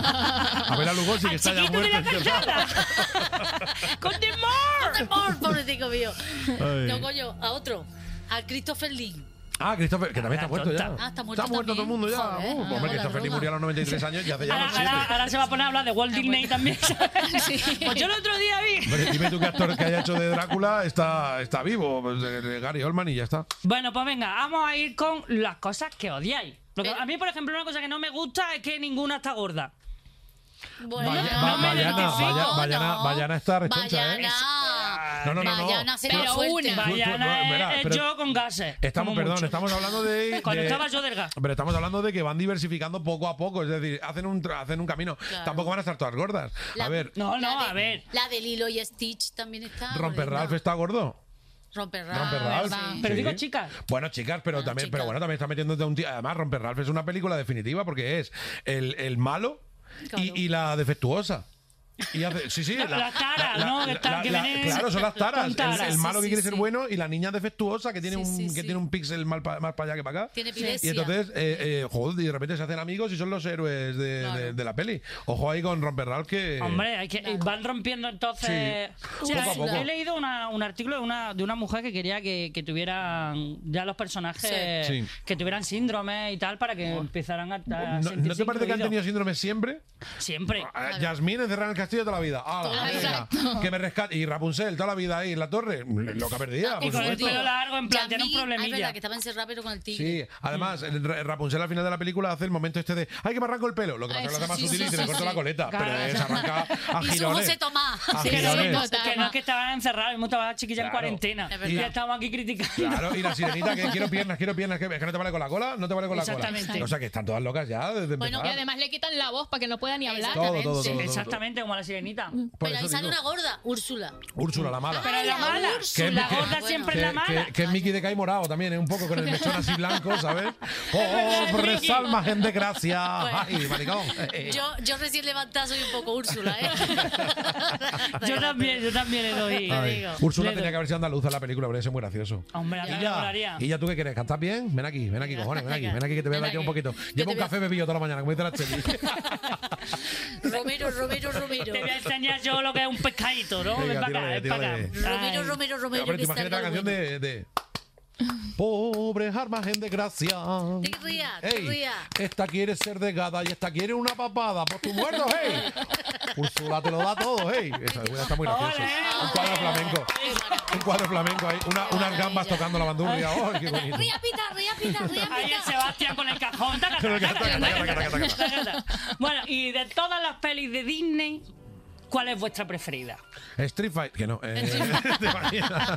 [SPEAKER 6] A Bela Lugosi, que
[SPEAKER 3] ¡Al
[SPEAKER 6] está ya
[SPEAKER 3] chiquito de la
[SPEAKER 6] muerto.
[SPEAKER 3] calzada! ¡Con temor!
[SPEAKER 4] Por pobrecito mío.
[SPEAKER 6] Ay.
[SPEAKER 4] No, coño, a otro. A Christopher Lee.
[SPEAKER 6] Ah, Christopher, que también está
[SPEAKER 3] La
[SPEAKER 6] muerto ya.
[SPEAKER 3] tonta.
[SPEAKER 4] Ah, está muerto
[SPEAKER 6] todo el mundo ya.
[SPEAKER 4] también. Joder,
[SPEAKER 6] Uh,
[SPEAKER 4] ah,
[SPEAKER 6] hombre,
[SPEAKER 4] la
[SPEAKER 6] Christopher Lee
[SPEAKER 4] droga.
[SPEAKER 6] murió a los 93 años y hace ya
[SPEAKER 3] Ahora,
[SPEAKER 6] unos 7.
[SPEAKER 3] ahora- ahora se va a poner a hablar de
[SPEAKER 4] Ah,
[SPEAKER 3] Walt Disney también. Pues yo el otro día vi.
[SPEAKER 6] Hombre, dime tú qué actor que haya hecho de Drácula está, está vivo, pues, de- de Gary Oldman y ya está.
[SPEAKER 3] Bueno, pues venga, vamos a ir con las cosas que odiáis. Lo que- a mí, por ejemplo, una cosa que no me gusta es que ninguna está gorda.
[SPEAKER 4] Bueno,
[SPEAKER 6] Vaya-
[SPEAKER 4] no,
[SPEAKER 3] va-
[SPEAKER 4] no,
[SPEAKER 3] Vallana,
[SPEAKER 4] no, no,
[SPEAKER 6] Valla- Vallana-
[SPEAKER 4] no.
[SPEAKER 6] Vallana está rechoncha,
[SPEAKER 4] Vallana.
[SPEAKER 6] ¿eh? No, no, no,
[SPEAKER 7] Ah,
[SPEAKER 6] no.
[SPEAKER 4] Vallana se
[SPEAKER 5] Pero
[SPEAKER 4] da suerte.
[SPEAKER 5] una.
[SPEAKER 6] Tú- tú-
[SPEAKER 3] Vallana
[SPEAKER 6] verá,
[SPEAKER 3] es- es
[SPEAKER 6] pero-
[SPEAKER 3] yo con gases.
[SPEAKER 6] Estamos,
[SPEAKER 3] como
[SPEAKER 6] perdón,
[SPEAKER 3] mucho.
[SPEAKER 6] estamos hablando de.
[SPEAKER 3] Cuando
[SPEAKER 6] de-
[SPEAKER 3] estaba yo delgada.
[SPEAKER 6] Pero estamos hablando de que van diversificando poco a poco, es decir, hacen un, tra- hacen un camino.
[SPEAKER 4] Claro.
[SPEAKER 6] Tampoco van a estar todas gordas.
[SPEAKER 4] La-
[SPEAKER 6] a ver,
[SPEAKER 3] No, no,
[SPEAKER 4] La de-
[SPEAKER 3] a ver.
[SPEAKER 4] La de Lilo y Stitch también está.
[SPEAKER 6] ¿Romper
[SPEAKER 4] gordita.
[SPEAKER 6] Ralph está gordo?
[SPEAKER 4] Romper Ralph.
[SPEAKER 6] Romper Ralph.
[SPEAKER 4] sí.
[SPEAKER 3] Pero digo chicas.
[SPEAKER 6] Bueno, chicas, pero
[SPEAKER 4] Ah,
[SPEAKER 6] también,
[SPEAKER 4] chicas.
[SPEAKER 6] pero bueno, también está metiéndote un tío. Además, Romper Ralph es una película definitiva porque es el, el malo y-
[SPEAKER 4] Claro.
[SPEAKER 6] y, la defectuosa. Y hace, sí, sí,
[SPEAKER 3] La- las taras, ¿no? Que están- que vienen
[SPEAKER 6] claro, son las taras.
[SPEAKER 3] con
[SPEAKER 6] El- El,
[SPEAKER 3] taras. Sí,
[SPEAKER 6] malo que
[SPEAKER 7] sí,
[SPEAKER 6] quiere ser
[SPEAKER 7] sí.
[SPEAKER 6] bueno y la niña defectuosa que tiene,
[SPEAKER 7] Sí,
[SPEAKER 6] un,
[SPEAKER 7] sí,
[SPEAKER 6] que
[SPEAKER 7] sí.
[SPEAKER 6] tiene un píxel mal pa- más para allá que para acá.
[SPEAKER 7] Tiene
[SPEAKER 6] Y
[SPEAKER 7] epilepsia.
[SPEAKER 6] entonces, eh, eh, joder, y de repente se hacen amigos y son los héroes de,
[SPEAKER 7] Claro.
[SPEAKER 6] de- de la peli. Ojo ahí con Romperral que...
[SPEAKER 3] Hombre, hay que, van rompiendo entonces.
[SPEAKER 6] Eh. Sí.
[SPEAKER 3] O sea,
[SPEAKER 6] Poco a poco.
[SPEAKER 3] He leído una- un artículo de una, de una mujer que quería que, que tuvieran ya los personajes
[SPEAKER 6] Sí. Sí.
[SPEAKER 3] que tuvieran síndrome y tal para que empezaran a. a
[SPEAKER 6] ¿No, no
[SPEAKER 3] sentirse
[SPEAKER 6] te parece que han
[SPEAKER 3] incluidos.
[SPEAKER 6] tenido síndrome siempre?
[SPEAKER 3] Siempre.
[SPEAKER 6] Ah, Yasmín encerrada en el castillo toda la vida. Ah,
[SPEAKER 7] Toda la
[SPEAKER 6] venga, Que me rescate. Y Rapunzel toda la vida ahí en la torre. Lo que
[SPEAKER 7] Ah,
[SPEAKER 6] perdía,
[SPEAKER 3] Y con
[SPEAKER 6] por
[SPEAKER 3] el
[SPEAKER 6] supuesto.
[SPEAKER 3] pelo largo, en plan, tiene un
[SPEAKER 7] Yasmín, Es
[SPEAKER 3] problemilla.
[SPEAKER 7] verdad que estaba encerrado pero con el tigre.
[SPEAKER 6] Sí, además, el Ra- Rapunzel al final de la película hace el momento este de ¡ay, que me arranco el pelo! Lo que pasa es que lo hace más
[SPEAKER 7] Ah, Sí,
[SPEAKER 6] sutil y
[SPEAKER 7] sí,
[SPEAKER 6] se le
[SPEAKER 7] sí,
[SPEAKER 6] corta
[SPEAKER 7] sí.
[SPEAKER 6] la coleta, pero
[SPEAKER 3] Claro.
[SPEAKER 6] es arranca a
[SPEAKER 7] Y su
[SPEAKER 6] girones.
[SPEAKER 7] José Tomás.
[SPEAKER 6] A
[SPEAKER 7] Sí,
[SPEAKER 3] Que no,
[SPEAKER 6] girones.
[SPEAKER 5] nota.
[SPEAKER 3] que no es que estaban encerrados, el mundo estaba chiquilla
[SPEAKER 6] Claro.
[SPEAKER 3] en cuarentena.
[SPEAKER 7] Es
[SPEAKER 3] Y
[SPEAKER 7] verdad.
[SPEAKER 3] ya estábamos aquí criticando.
[SPEAKER 6] Claro, y la sirenita que quiero piernas, quiero piernas, que, es que no te vale con la cola, no te vale con la cola.
[SPEAKER 3] Exactamente.
[SPEAKER 6] O sea que están todas locas ya desde
[SPEAKER 7] Bueno,
[SPEAKER 5] Y
[SPEAKER 6] empezar.
[SPEAKER 5] además le quitan la voz para que no pueda ni hablar.
[SPEAKER 6] Todo, todo, todo,
[SPEAKER 7] Exactamente.
[SPEAKER 6] todo, todo.
[SPEAKER 3] Exactamente, como la sirenita.
[SPEAKER 6] Por
[SPEAKER 7] Pero ahí
[SPEAKER 6] eso
[SPEAKER 7] sale
[SPEAKER 6] digo,
[SPEAKER 7] una gorda, Úrsula.
[SPEAKER 6] Úrsula la mala.
[SPEAKER 3] Pero la mala,
[SPEAKER 6] Que-
[SPEAKER 3] la
[SPEAKER 6] que-
[SPEAKER 3] gorda
[SPEAKER 7] bueno.
[SPEAKER 3] siempre es
[SPEAKER 6] que,
[SPEAKER 3] la mala.
[SPEAKER 6] que- que es Mickey de Kai Morado también, ¿eh? un poco con el mechón así blanco, ¿sabes? ¡Oh, resalma, gente, gracias! ¡Ay, maricón!
[SPEAKER 7] Pues. Yo, yo recién levantada soy un poco Úrsula, ¿eh?
[SPEAKER 3] Yo también, yo también le doy.
[SPEAKER 6] Ay,
[SPEAKER 7] digo.
[SPEAKER 6] Úrsula
[SPEAKER 3] Le
[SPEAKER 6] tenía
[SPEAKER 3] doy.
[SPEAKER 6] que haber sido andaluza en la película, pero eso es muy gracioso.
[SPEAKER 3] Hombre, a mí
[SPEAKER 6] Y
[SPEAKER 3] me
[SPEAKER 6] ya,
[SPEAKER 3] molaría.
[SPEAKER 6] y ya tú que quieres, ¿cantas bien? Ven aquí, ven aquí, cojones, ven aquí, ven aquí que te voy a
[SPEAKER 7] Ven
[SPEAKER 6] dar yo un
[SPEAKER 7] aquí.
[SPEAKER 6] poquito.
[SPEAKER 7] Yo
[SPEAKER 6] Llevo
[SPEAKER 7] te
[SPEAKER 6] un
[SPEAKER 7] voy a-
[SPEAKER 6] café bebillo toda la mañana, como dice la Cheli.
[SPEAKER 7] Romero, Romero, Romero.
[SPEAKER 3] Te voy a enseñar yo lo que es un pescadito, ¿no? ven
[SPEAKER 6] Venga,
[SPEAKER 3] para acá,
[SPEAKER 6] tírale,
[SPEAKER 3] ven para acá.
[SPEAKER 6] tírale.
[SPEAKER 3] Ay.
[SPEAKER 7] Romero, Romero, Romero.
[SPEAKER 6] Hombre,
[SPEAKER 7] que
[SPEAKER 6] te
[SPEAKER 7] está
[SPEAKER 6] imaginas la
[SPEAKER 7] algo
[SPEAKER 6] canción
[SPEAKER 7] bueno.
[SPEAKER 6] de, de... Pobres armas en desgracia.
[SPEAKER 7] Te ría, te
[SPEAKER 6] Ey,
[SPEAKER 7] ría.
[SPEAKER 6] Esta quiere ser delgada y esta quiere una papada por tu muerto, hey. Úrsula te lo da todo, hey. Esa buena está muy graciosa.
[SPEAKER 3] Ole.
[SPEAKER 6] Un cuadro flamenco. Un cuadro flamenco ahí. Una, unas gambas tocando la bandurria. ¡Ay, qué bonito!
[SPEAKER 7] Ría, pita, ría, pita, ría,
[SPEAKER 3] Ahí el
[SPEAKER 7] pita.
[SPEAKER 3] Sebastián con el cajón. taca, taca, taca, taca, taca, taca, taca. Bueno, y de todas las pelis de Disney, ¿cuál es vuestra preferida?
[SPEAKER 6] Street Fight, que no. eh, te imaginas.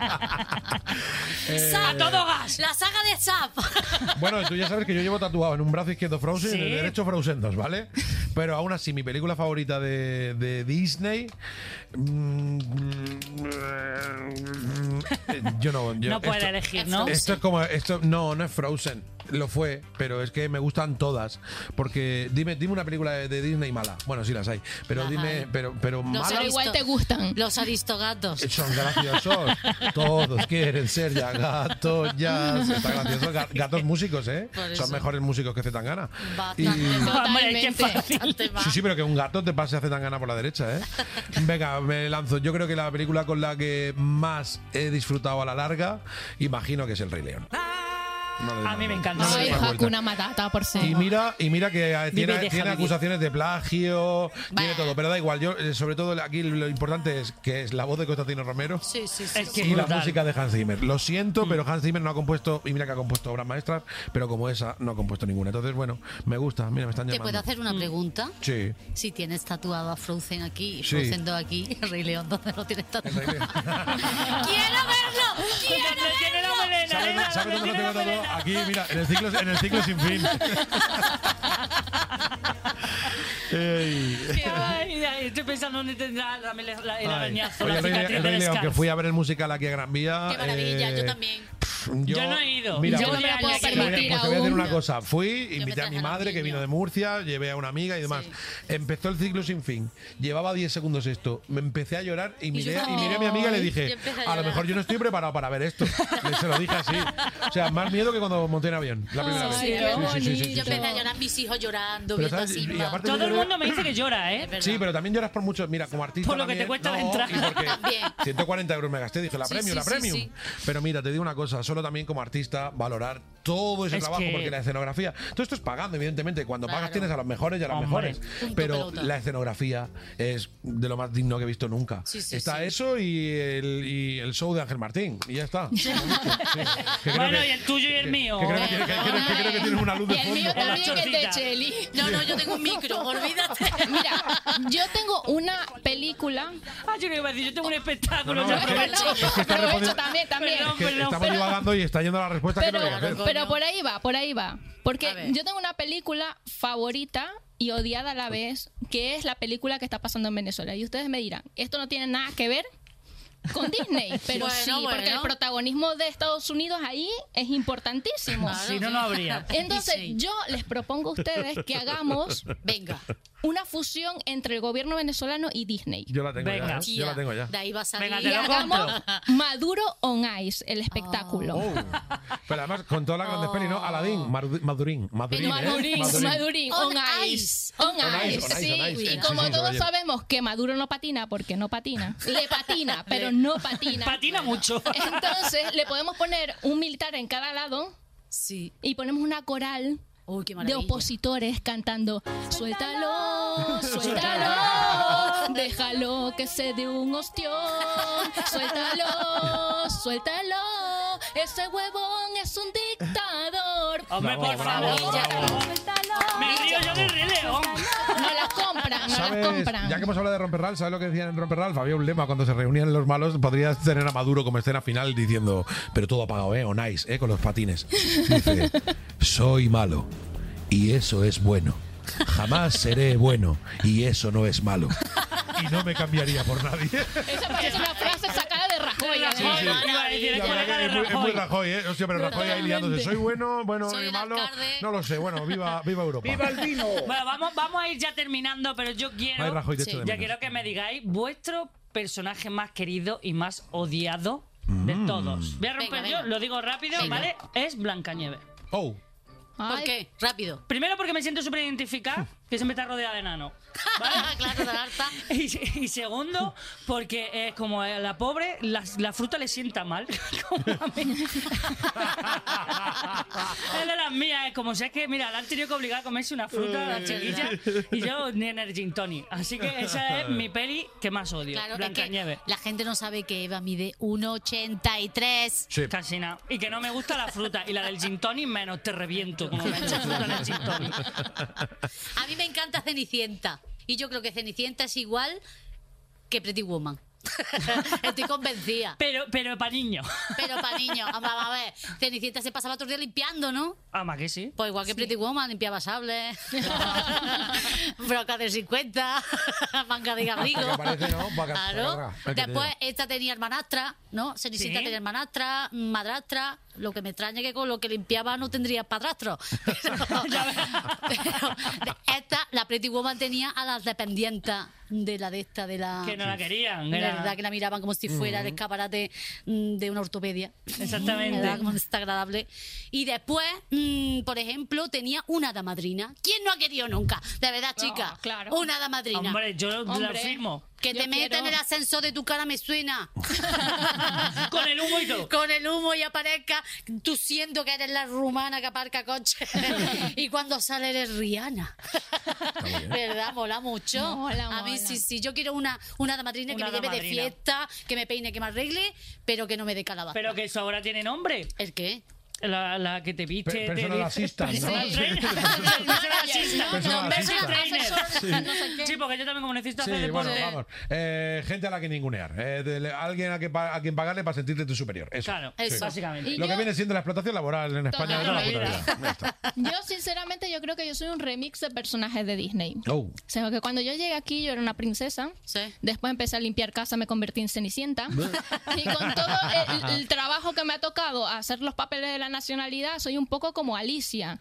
[SPEAKER 6] Eh,
[SPEAKER 7] Zap.
[SPEAKER 3] todo gas.
[SPEAKER 7] La saga de Zap.
[SPEAKER 6] bueno, tú ya sabes que yo llevo tatuado en un brazo izquierdo Frozen y en el
[SPEAKER 3] Sí.
[SPEAKER 6] derecho Frozen 2, ¿vale? Pero aún así, mi película favorita de, de Disney. mm, mm, eh, yo no. Yo,
[SPEAKER 3] no puede
[SPEAKER 6] esto-
[SPEAKER 3] elegir, ¿no?
[SPEAKER 6] Esto es como. Esto, no, no es Frozen. Lo fue, pero es que me gustan todas. Porque dime, dime una película de, de Disney mala. Bueno, sí las hay. Pero
[SPEAKER 7] Las
[SPEAKER 6] dime,
[SPEAKER 7] hay.
[SPEAKER 6] pero, pero
[SPEAKER 7] Los
[SPEAKER 6] mala.
[SPEAKER 5] Pero igual te gustan.
[SPEAKER 7] Los aristogatos.
[SPEAKER 6] Son graciosos. Todos quieren ser ya gatos, ya. Está gracioso. Ga- Gatos músicos, ¿eh?
[SPEAKER 7] Por eso.
[SPEAKER 6] Son mejores músicos que Zetangana.
[SPEAKER 7] Bastante.
[SPEAKER 3] Hombre, qué
[SPEAKER 5] Totalmente.
[SPEAKER 3] fácil.
[SPEAKER 6] Sí, sí, pero que un gato te pase a Zetangana por la derecha, ¿eh? Venga, me lanzo. Yo creo que la película con la que más he disfrutado a la larga, imagino que es El Rey León.
[SPEAKER 3] Ah, A mí me encanta.
[SPEAKER 5] Ay,
[SPEAKER 6] Una vuelta.
[SPEAKER 5] Hakuna Matata, por ser.
[SPEAKER 6] Y mira, y mira que eh,
[SPEAKER 3] Vive y
[SPEAKER 6] tiene,
[SPEAKER 3] deja
[SPEAKER 6] tiene
[SPEAKER 3] vivir.
[SPEAKER 6] acusaciones de plagio, tiene
[SPEAKER 7] Bah.
[SPEAKER 6] todo, pero da igual. Yo, eh, sobre todo, aquí lo importante es que es la voz de Constantino Romero.
[SPEAKER 7] Sí, sí, sí.
[SPEAKER 3] Es que
[SPEAKER 6] y
[SPEAKER 3] es
[SPEAKER 6] la
[SPEAKER 3] brutal. Mm.
[SPEAKER 6] música de Hans Zimmer. Lo siento, pero Hans Zimmer no ha compuesto, y mira que ha compuesto obras maestras, pero como esa no ha compuesto ninguna. Entonces, bueno, me gusta, mira, me están
[SPEAKER 7] ¿Te
[SPEAKER 6] llamando.
[SPEAKER 7] puedo hacer una pregunta?
[SPEAKER 6] Sí.
[SPEAKER 7] Si tienes tatuado a Frozen aquí, y
[SPEAKER 6] Sí.
[SPEAKER 7] Frozen 2 aquí, el Rey León, ¿dónde lo tienes tatuado?
[SPEAKER 6] Rey León.
[SPEAKER 7] ¡Quiero verlo! ¡Quiero
[SPEAKER 3] Donde tiene la
[SPEAKER 7] verlo!
[SPEAKER 3] melena,
[SPEAKER 6] ¿Sabes
[SPEAKER 3] nena, donde
[SPEAKER 6] sabes dónde lo
[SPEAKER 3] tiene
[SPEAKER 6] tengo
[SPEAKER 3] la
[SPEAKER 6] todo?
[SPEAKER 3] melena.
[SPEAKER 6] Aquí, mira, en el ciclo, en el ciclo sin fin. Ey.
[SPEAKER 3] Ay, ay, estoy pensando dónde tendrá la, mele- la- el
[SPEAKER 6] Ay.
[SPEAKER 3] arañazo,
[SPEAKER 6] Oye,
[SPEAKER 3] la
[SPEAKER 6] el Rey,
[SPEAKER 3] cicatriz
[SPEAKER 6] el Rey
[SPEAKER 3] del
[SPEAKER 6] León, que
[SPEAKER 3] Scar.
[SPEAKER 6] fui a ver el musical aquí a Gran Vía.
[SPEAKER 7] ¡Qué maravilla!
[SPEAKER 6] eh,
[SPEAKER 7] Yo también.
[SPEAKER 6] Yo,
[SPEAKER 3] Yo no he ido.
[SPEAKER 6] Mira,
[SPEAKER 5] Yo
[SPEAKER 6] pues-
[SPEAKER 5] no me la puedo
[SPEAKER 6] Te voy a-
[SPEAKER 5] permitir
[SPEAKER 6] pues te voy a decir
[SPEAKER 5] aún.
[SPEAKER 6] una cosa. Fui,
[SPEAKER 7] me
[SPEAKER 6] invité a
[SPEAKER 7] traje
[SPEAKER 6] mi
[SPEAKER 7] a los
[SPEAKER 6] madre que vino
[SPEAKER 7] niños.
[SPEAKER 6] de Murcia, llevé a una amiga y demás. Empezó el ciclo sin fin. Llevaba 10 segundos esto. Me empecé a llorar y miré,
[SPEAKER 7] yo-
[SPEAKER 6] y miré a mi amiga y le
[SPEAKER 7] Ay,
[SPEAKER 6] dije,
[SPEAKER 7] yo empecé a
[SPEAKER 6] a, lo
[SPEAKER 7] llorar".
[SPEAKER 6] mejor yo no estoy preparado para ver esto. Le- se lo dije así. O sea, más miedo que cuando monté en avión. La primera
[SPEAKER 5] Ay,
[SPEAKER 6] vez.
[SPEAKER 5] qué
[SPEAKER 7] Yo empecé a llorar, mis hijos llorando,
[SPEAKER 6] Pero
[SPEAKER 7] viendo
[SPEAKER 6] sabes,
[SPEAKER 7] a
[SPEAKER 6] y- y
[SPEAKER 7] Simba.
[SPEAKER 6] aparte-
[SPEAKER 3] Todo el mundo me dice que llora, ¿eh?
[SPEAKER 7] ¿verdad?
[SPEAKER 6] Sí, pero también lloras por mucho. Mira, como artista.
[SPEAKER 3] Por lo que te
[SPEAKER 6] también,
[SPEAKER 3] cuesta la
[SPEAKER 6] no,
[SPEAKER 3] entrada.
[SPEAKER 6] y porque
[SPEAKER 7] También.
[SPEAKER 6] 140 euros me gasté. Dije, la
[SPEAKER 7] Sí,
[SPEAKER 6] premium,
[SPEAKER 7] sí,
[SPEAKER 6] la
[SPEAKER 7] sí,
[SPEAKER 6] premium.
[SPEAKER 7] sí.
[SPEAKER 6] Pero mira, te digo una cosa. Solo también como artista, valorar todo ese
[SPEAKER 3] Es
[SPEAKER 6] trabajo.
[SPEAKER 3] que-
[SPEAKER 6] Porque la escenografía. Todo esto es pagando, evidentemente. Cuando pagas
[SPEAKER 7] Claro.
[SPEAKER 6] tienes a los mejores y a las
[SPEAKER 3] Hombre.
[SPEAKER 6] mejores.
[SPEAKER 7] Punto
[SPEAKER 6] Pero
[SPEAKER 7] pelota.
[SPEAKER 6] la escenografía es de lo más digno que he visto nunca.
[SPEAKER 7] Sí, sí,
[SPEAKER 6] está
[SPEAKER 7] sí.
[SPEAKER 6] eso y el, y el show de Ángel Martín. Y ya está. Sí. Que creo
[SPEAKER 3] Bueno,
[SPEAKER 6] que-
[SPEAKER 3] y el tuyo y el
[SPEAKER 6] que-
[SPEAKER 3] mío.
[SPEAKER 6] Que creo que, tiene- que- que- que creo que tienes una luz de
[SPEAKER 5] Y el mío
[SPEAKER 6] fondo.
[SPEAKER 3] la
[SPEAKER 5] también es de
[SPEAKER 3] chorcita.
[SPEAKER 5] Cheli.
[SPEAKER 7] No, no, yo tengo un micro, olvídate.
[SPEAKER 5] Mira, yo tengo una película.
[SPEAKER 3] Ah, yo que iba a decir, yo tengo un espectáculo.
[SPEAKER 6] No, no,
[SPEAKER 3] yo
[SPEAKER 6] es que-
[SPEAKER 3] aprovecho.
[SPEAKER 6] es que está
[SPEAKER 5] Aprovecho
[SPEAKER 6] respondiendo-
[SPEAKER 5] también, también.
[SPEAKER 3] Perdón,
[SPEAKER 6] Que
[SPEAKER 3] Pero-
[SPEAKER 6] estamos
[SPEAKER 5] pero-
[SPEAKER 6] divagando y está yendo la respuesta
[SPEAKER 5] Pero,
[SPEAKER 6] que no voy a hacer.
[SPEAKER 5] pero por ahí va, por ahí va.
[SPEAKER 7] A
[SPEAKER 5] Porque
[SPEAKER 7] ver.
[SPEAKER 5] yo tengo una película favorita y odiada a la vez, que es la película que está pasando en Venezuela. Y ustedes me dirán, esto no tiene nada que ver, con Disney, pero
[SPEAKER 7] Bueno,
[SPEAKER 5] sí, porque
[SPEAKER 7] bueno.
[SPEAKER 5] el protagonismo de Estados Unidos ahí es importantísimo.
[SPEAKER 7] Claro,
[SPEAKER 3] Si no, no habría.
[SPEAKER 5] Entonces,
[SPEAKER 7] Sí.
[SPEAKER 5] yo les propongo a ustedes que hagamos
[SPEAKER 7] Venga.
[SPEAKER 5] una fusión entre el gobierno venezolano y Disney.
[SPEAKER 6] Yo la tengo
[SPEAKER 3] Venga.
[SPEAKER 6] ya. ¿eh? Yo la tengo ya.
[SPEAKER 7] De ahí va a salir.
[SPEAKER 3] Venga,
[SPEAKER 5] Y
[SPEAKER 3] te lo
[SPEAKER 5] hagamos
[SPEAKER 3] compro.
[SPEAKER 5] Maduro on Ice, el
[SPEAKER 6] Oh.
[SPEAKER 5] espectáculo.
[SPEAKER 6] Pero además, con todas las grandes pelis, ¿no? Aladín, Maru- Madurín. Madurín. ¿eh?
[SPEAKER 5] Madurín, Madurín, on, ice. On,
[SPEAKER 6] On
[SPEAKER 5] ice,
[SPEAKER 6] ice, on ice,
[SPEAKER 5] sí.
[SPEAKER 6] on ice.
[SPEAKER 5] Y
[SPEAKER 6] Sí,
[SPEAKER 5] como
[SPEAKER 6] sí,
[SPEAKER 5] todos
[SPEAKER 6] caballero.
[SPEAKER 5] sabemos que Maduro no patina porque no patina, le patina, pero no patina.
[SPEAKER 3] Patina mucho.
[SPEAKER 5] Entonces le podemos poner un militar en cada lado
[SPEAKER 7] Sí.
[SPEAKER 5] y ponemos una coral
[SPEAKER 7] Uy, qué
[SPEAKER 5] de
[SPEAKER 7] maravilla.
[SPEAKER 5] opositores cantando suéltalo, suéltalo, déjalo que se dé un ostión, suéltalo, suéltalo, ese huevón es un dictador.
[SPEAKER 3] Hombre, por
[SPEAKER 6] Bravo,
[SPEAKER 3] favor.
[SPEAKER 6] bravo, bravo.
[SPEAKER 3] Me río yo de Rey León.
[SPEAKER 5] No las compran, no las
[SPEAKER 6] ¿Sabes?
[SPEAKER 5] compran.
[SPEAKER 6] Ya que hemos hablado de Romperral, ¿sabes lo que decían en Romperral? Había un lema cuando se reunían los malos. Podrías tener a Maduro como escena final diciendo, pero todo apagado, ¿eh? O nice, ¿eh? Con los patines. Dice, soy malo y eso es bueno. Jamás seré bueno y eso no es malo. Y no me cambiaría por nadie.
[SPEAKER 5] Esa parece una frase sacada de Rajoy.
[SPEAKER 3] Rajoy,
[SPEAKER 5] además.
[SPEAKER 6] sí.
[SPEAKER 3] iba a decir, el
[SPEAKER 6] La verdad
[SPEAKER 3] colega de
[SPEAKER 6] que es, muy, es
[SPEAKER 3] Rajoy.
[SPEAKER 6] muy Rajoy, ¿eh? Hostia, pero Rajoy ahí liándose. Soy bueno, bueno,
[SPEAKER 7] Soy
[SPEAKER 6] soy
[SPEAKER 7] el
[SPEAKER 6] malo.
[SPEAKER 7] alcalde.
[SPEAKER 6] No lo sé, bueno, viva, viva Europa. ¡Viva el vino!
[SPEAKER 3] Bueno, vamos, vamos a ir ya terminando, pero yo
[SPEAKER 6] Ay,
[SPEAKER 3] quiero.
[SPEAKER 6] Rajoy, te
[SPEAKER 7] Sí.
[SPEAKER 6] echo de
[SPEAKER 3] Ya
[SPEAKER 6] menos.
[SPEAKER 3] quiero que me digáis vuestro personaje más querido y más odiado de
[SPEAKER 6] Mm.
[SPEAKER 3] todos. Voy a romper
[SPEAKER 7] Venga,
[SPEAKER 3] yo,
[SPEAKER 7] venga.
[SPEAKER 3] lo digo rápido,
[SPEAKER 7] Venga.
[SPEAKER 3] ¿vale? Es Blancanieves.
[SPEAKER 6] Oh,
[SPEAKER 5] Ay,
[SPEAKER 7] ¿Por qué? Rápido.
[SPEAKER 3] Primero porque me siento súper identificada, que siempre está rodeada de enano.
[SPEAKER 7] Ah, claro, de la harta.
[SPEAKER 3] Y, se- y segundo, porque es como a la pobre, la, la fruta le sienta mal. como a mí. es de las mías, es como si es que, mira, la han tenido que obligar a comerse una fruta a la chiquilla y yo ni Energy Tony. Así que esa es mi peli que más odio.
[SPEAKER 7] Claro, es que
[SPEAKER 3] Blancanieves.
[SPEAKER 7] la gente no sabe que Eva mide 1,83.
[SPEAKER 6] sí.
[SPEAKER 3] Casi nada. Y que no me gusta la fruta. Y la del gin tonic menos. Te reviento como me echas fruta en el gin tonic.
[SPEAKER 7] A mí me encanta Cenicienta. Y yo creo que Cenicienta es igual que Pretty Woman. Estoy convencida.
[SPEAKER 3] Pero, pero para niños.
[SPEAKER 7] Pero para niños, vamos a ver, Cenicienta se pasaba todo el día limpiando, ¿no?
[SPEAKER 3] Ama Ah, que sí.
[SPEAKER 7] Pues igual que Pretty Woman, limpiaba sables, broca de 50, manga de abrigo.
[SPEAKER 6] Lo que parece, ¿no? Vaca-
[SPEAKER 7] Claro.
[SPEAKER 6] vaca- vaca-
[SPEAKER 7] Después esta tenía hermanastra, ¿no? Cenicienta
[SPEAKER 3] Sí.
[SPEAKER 7] tenía hermanastra, madrastra. Lo que me extraña es que con lo que limpiaba no tendría padrastro. Pero, pero de- esta, la Pretty Woman tenía a las dependientas de la de esta, de la...
[SPEAKER 3] Que no la querían.
[SPEAKER 7] Ah. de
[SPEAKER 3] era-
[SPEAKER 7] verdad que la miraban como si fuera el escaparate mm, de una ortopedia.
[SPEAKER 3] Exactamente.
[SPEAKER 7] Era como desagradable. Y después, mm, por ejemplo, tenía una hada madrina. ¿Quién no ha querido nunca? De verdad, chica.
[SPEAKER 5] Ah, claro.
[SPEAKER 7] Una hada madrina.
[SPEAKER 3] Hombre, yo lo
[SPEAKER 5] Hombre.
[SPEAKER 3] firmo.
[SPEAKER 7] que
[SPEAKER 5] yo
[SPEAKER 7] te meta en
[SPEAKER 5] quiero-
[SPEAKER 7] el ascensor de tu cara me suena.
[SPEAKER 3] Con el humo y todo.
[SPEAKER 7] Con el humo y aparezca tú siendo que eres la rumana que aparca coche. y cuando sale eres Rihanna. ¿Verdad? Mola mucho.
[SPEAKER 5] Mola,
[SPEAKER 7] A mí
[SPEAKER 5] mola.
[SPEAKER 7] sí, sí. Yo quiero una, una hada madrina
[SPEAKER 3] Una
[SPEAKER 7] que me
[SPEAKER 3] hada
[SPEAKER 7] lleve de
[SPEAKER 3] madrina.
[SPEAKER 7] fiesta, que me peine, que me arregle, pero que no me dé calabaza.
[SPEAKER 3] Pero que eso ahora tiene nombre.
[SPEAKER 7] ¿El qué?
[SPEAKER 3] La, la que te viste.
[SPEAKER 6] Pe-
[SPEAKER 3] te
[SPEAKER 6] personal
[SPEAKER 3] dice-
[SPEAKER 6] assistant, ¿no?
[SPEAKER 3] Personal
[SPEAKER 6] Sí.
[SPEAKER 3] trainer. Personal assistant.
[SPEAKER 6] Personal
[SPEAKER 3] No, personal
[SPEAKER 6] assistant.
[SPEAKER 3] trainer. Sí, porque yo también como necesito
[SPEAKER 6] Sí,
[SPEAKER 3] hacer
[SPEAKER 6] bueno,
[SPEAKER 3] deporte.
[SPEAKER 6] vamos. Eh, gente a la que ningunear. Eh, de- le- alguien a, que pa- a quien pagarle para sentirte tu superior. Eso.
[SPEAKER 3] Claro,
[SPEAKER 7] Eso.
[SPEAKER 3] básicamente.
[SPEAKER 5] Y
[SPEAKER 6] Lo que
[SPEAKER 5] yo-
[SPEAKER 6] viene siendo la explotación laboral en España es una puta
[SPEAKER 5] Totalmente.
[SPEAKER 6] vida. Ya está.
[SPEAKER 5] Yo sinceramente yo creo que yo soy un remix de personajes de Disney.
[SPEAKER 6] Oh.
[SPEAKER 5] O sea, que cuando yo llegué aquí yo era una princesa.
[SPEAKER 7] Sí.
[SPEAKER 5] Después empecé a limpiar casa, me convertí en Cenicienta. y con todo el, el trabajo que me ha tocado hacer los papeles de la nacionalidad, soy un poco como Alicia,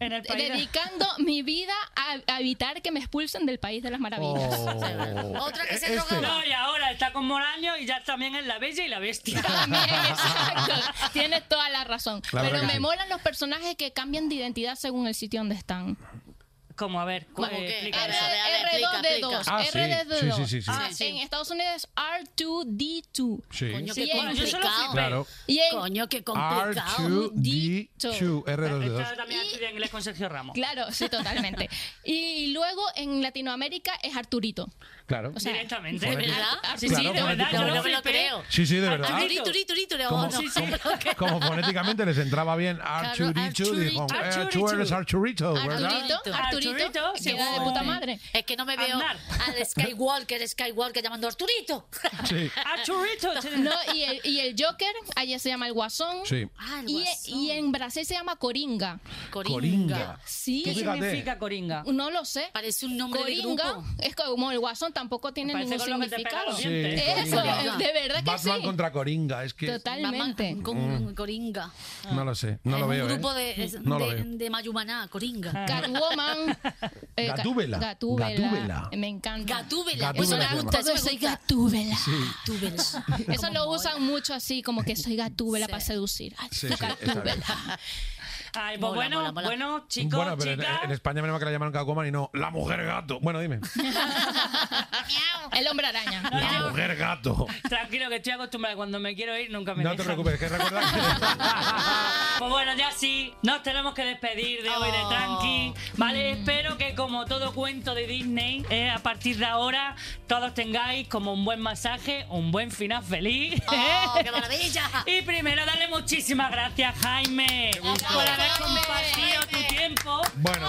[SPEAKER 3] En el país.
[SPEAKER 5] dedicando mi vida a, a evitar que me expulsen del país de las maravillas.
[SPEAKER 6] Oh.
[SPEAKER 7] Otra que se
[SPEAKER 6] Este.
[SPEAKER 7] drogaba.
[SPEAKER 3] No, y ahora está con Moraño y ya también es la bella y la bestia.
[SPEAKER 5] También, exacto. Tienes toda la razón.
[SPEAKER 6] La verdad
[SPEAKER 5] Pero
[SPEAKER 6] que
[SPEAKER 5] me
[SPEAKER 6] sí.
[SPEAKER 5] molan los personajes que cambian de identidad según el sitio donde están.
[SPEAKER 3] Como a ver,
[SPEAKER 7] ¿Cómo
[SPEAKER 3] eh,
[SPEAKER 7] qué?
[SPEAKER 3] explica
[SPEAKER 7] A ver,
[SPEAKER 3] eso.
[SPEAKER 7] a ver. explica,
[SPEAKER 5] R2D2.
[SPEAKER 7] explica.
[SPEAKER 6] Ah, sí.
[SPEAKER 5] R2D2.
[SPEAKER 6] Sí, sí, sí, sí.
[SPEAKER 3] Ah, sí.
[SPEAKER 5] En Estados Unidos es R2D2.
[SPEAKER 6] Sí.
[SPEAKER 7] Coño,
[SPEAKER 5] Sí,
[SPEAKER 7] qué
[SPEAKER 5] bueno,
[SPEAKER 3] yo solo
[SPEAKER 7] complicado.
[SPEAKER 3] flipé.
[SPEAKER 6] Claro.
[SPEAKER 5] Y en-
[SPEAKER 7] Coño, qué complicado.
[SPEAKER 6] R2D2.
[SPEAKER 3] Esta
[SPEAKER 6] R2D2.
[SPEAKER 3] también estudia inglés con Sergio Ramos.
[SPEAKER 5] Claro, sí, totalmente. y luego en Latinoamérica es Arturito.
[SPEAKER 6] Claro.
[SPEAKER 5] O sea,
[SPEAKER 3] Directamente.
[SPEAKER 6] Joder,
[SPEAKER 7] ¿Verdad?
[SPEAKER 3] Sí, sí,
[SPEAKER 6] Claro,
[SPEAKER 3] de
[SPEAKER 6] bueno,
[SPEAKER 3] verdad,
[SPEAKER 6] claro.
[SPEAKER 3] yo
[SPEAKER 7] No
[SPEAKER 3] lo
[SPEAKER 7] me lo
[SPEAKER 3] flipé.
[SPEAKER 7] creo.
[SPEAKER 6] Sí, sí, de verdad.
[SPEAKER 3] Ah,
[SPEAKER 7] Turi, turi, turi, turi, oh,
[SPEAKER 6] ¿Cómo?
[SPEAKER 7] no.
[SPEAKER 6] Sí,
[SPEAKER 7] Ok.
[SPEAKER 6] Como fonéticamente les entraba bien Archurito,
[SPEAKER 7] Archurito.
[SPEAKER 6] dijo, eh, tú eres Archurito, ¿verdad?
[SPEAKER 5] Arturito, Arturito,
[SPEAKER 3] Arturito,
[SPEAKER 5] que era de
[SPEAKER 3] sí.
[SPEAKER 5] puta madre.
[SPEAKER 7] Es que no me veo
[SPEAKER 3] Aznar.
[SPEAKER 7] al Skywalker, Skywalker llamando a Arturito.
[SPEAKER 6] Sí,
[SPEAKER 3] Arturito.
[SPEAKER 5] No, y el, y el Joker, allá se llama el Guasón.
[SPEAKER 6] sí.
[SPEAKER 7] Ah, el
[SPEAKER 5] Y, e,
[SPEAKER 7] guasón.
[SPEAKER 5] y en Brasil se llama Coringa.
[SPEAKER 7] Coringa.
[SPEAKER 6] Coringa.
[SPEAKER 5] Sí,
[SPEAKER 6] ¿Qué
[SPEAKER 3] ¿Qué significa coringa?
[SPEAKER 5] no lo sé.
[SPEAKER 7] Parece un nombre de
[SPEAKER 5] Coringa
[SPEAKER 7] grupo.
[SPEAKER 5] es como el Guasón tampoco tiene
[SPEAKER 3] Parece
[SPEAKER 5] ningún
[SPEAKER 3] con lo que te
[SPEAKER 5] significado.
[SPEAKER 3] pega los dientes.
[SPEAKER 6] Sí,
[SPEAKER 5] Eso,
[SPEAKER 6] Coringa.
[SPEAKER 5] de verdad que
[SPEAKER 6] Batman
[SPEAKER 5] sí.
[SPEAKER 6] contra Coringa, es que
[SPEAKER 5] Totalmente.
[SPEAKER 7] Batman Con Coringa.
[SPEAKER 6] no lo sé, Mm. no
[SPEAKER 7] Es
[SPEAKER 6] lo
[SPEAKER 7] un
[SPEAKER 6] veo. ¿eh?
[SPEAKER 7] grupo de, es
[SPEAKER 6] No lo
[SPEAKER 7] de,
[SPEAKER 6] veo.
[SPEAKER 7] de Mayumaná, Coringa.
[SPEAKER 5] Ah. Catwoman. eh, Ga-
[SPEAKER 6] Gatúbela.
[SPEAKER 5] Gatúbela.
[SPEAKER 6] Gatúbela.
[SPEAKER 5] Me encanta.
[SPEAKER 7] Gatúbela.
[SPEAKER 6] Gatúbela
[SPEAKER 5] Pues
[SPEAKER 7] Eso me
[SPEAKER 6] se llama.
[SPEAKER 7] gusta, eso me
[SPEAKER 5] soy
[SPEAKER 7] gusta.
[SPEAKER 5] Gatúbela.
[SPEAKER 7] Gatúbela.
[SPEAKER 5] Eso lo usan mucho así, como que soy Gatúbela
[SPEAKER 7] Sí.
[SPEAKER 5] para seducir. Ay,
[SPEAKER 6] Sí,
[SPEAKER 5] soy
[SPEAKER 6] sí, está
[SPEAKER 5] Gatúbela.
[SPEAKER 6] bien.
[SPEAKER 3] Ay, pues
[SPEAKER 7] Mola,
[SPEAKER 3] bueno,
[SPEAKER 7] mola, mola.
[SPEAKER 3] bueno, chicos,
[SPEAKER 6] bueno, pero en,
[SPEAKER 3] chicas.
[SPEAKER 6] en España menos mal que la llaman Catwoman y no la mujer gato. Bueno, dime.
[SPEAKER 5] El hombre araña.
[SPEAKER 6] La mujer gato.
[SPEAKER 3] Tranquilo, que estoy acostumbrada. Cuando me quiero ir, nunca me
[SPEAKER 6] No te
[SPEAKER 3] dejan.
[SPEAKER 6] preocupes, es que recuerda que...
[SPEAKER 3] Pues bueno, ya sí, nos tenemos que despedir de hoy de Tranqui. Vale, espero que como todo cuento de Disney, eh, a partir de ahora todos tengáis como un buen masaje, un buen final feliz. ¿eh?
[SPEAKER 7] ¡Oh, qué maravilla!
[SPEAKER 5] Eh.
[SPEAKER 3] Y primero darle muchísimas gracias, Jaime, por haber compartido tu tiempo.
[SPEAKER 6] Bueno,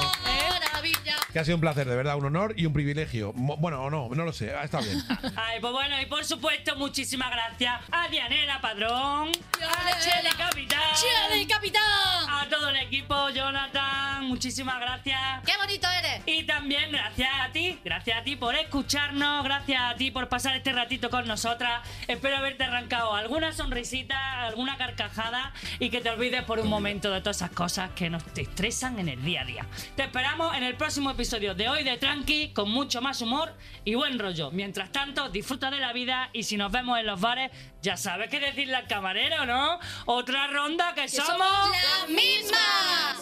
[SPEAKER 7] ¡Maravilla!
[SPEAKER 6] que ha sido un placer, de verdad, un honor y un privilegio. Mo- Bueno, o no, no lo sé, está bien.
[SPEAKER 3] Ay, pues bueno, y por supuesto, muchísimas gracias a Dianela Padrón, a Chele Capitán,
[SPEAKER 7] ¡Chile, capitán!
[SPEAKER 3] a todo el equipo, Jonathan, muchísimas gracias.
[SPEAKER 7] ¡Qué bonito eres!
[SPEAKER 3] Y también gracias a ti, gracias a ti por escucharnos, gracias a ti por pasar este ratito con nosotras. Espero haberte arrancado alguna sonrisita, alguna carcajada y que te olvides por un momento de todas esas cosas que nos te estresan en el día a día. Te esperamos en el próximo episodio de hoy de Tranqui con mucho más humor y buen rollo. Mientras tanto, disfruta de la vida y si nos vemos en los bares, ya sabes qué decirle al camarero, ¿no? Otra ronda que, somos...
[SPEAKER 7] ¡Las mismas!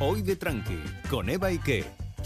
[SPEAKER 2] Hoy de Tranqui, con Eva Ike.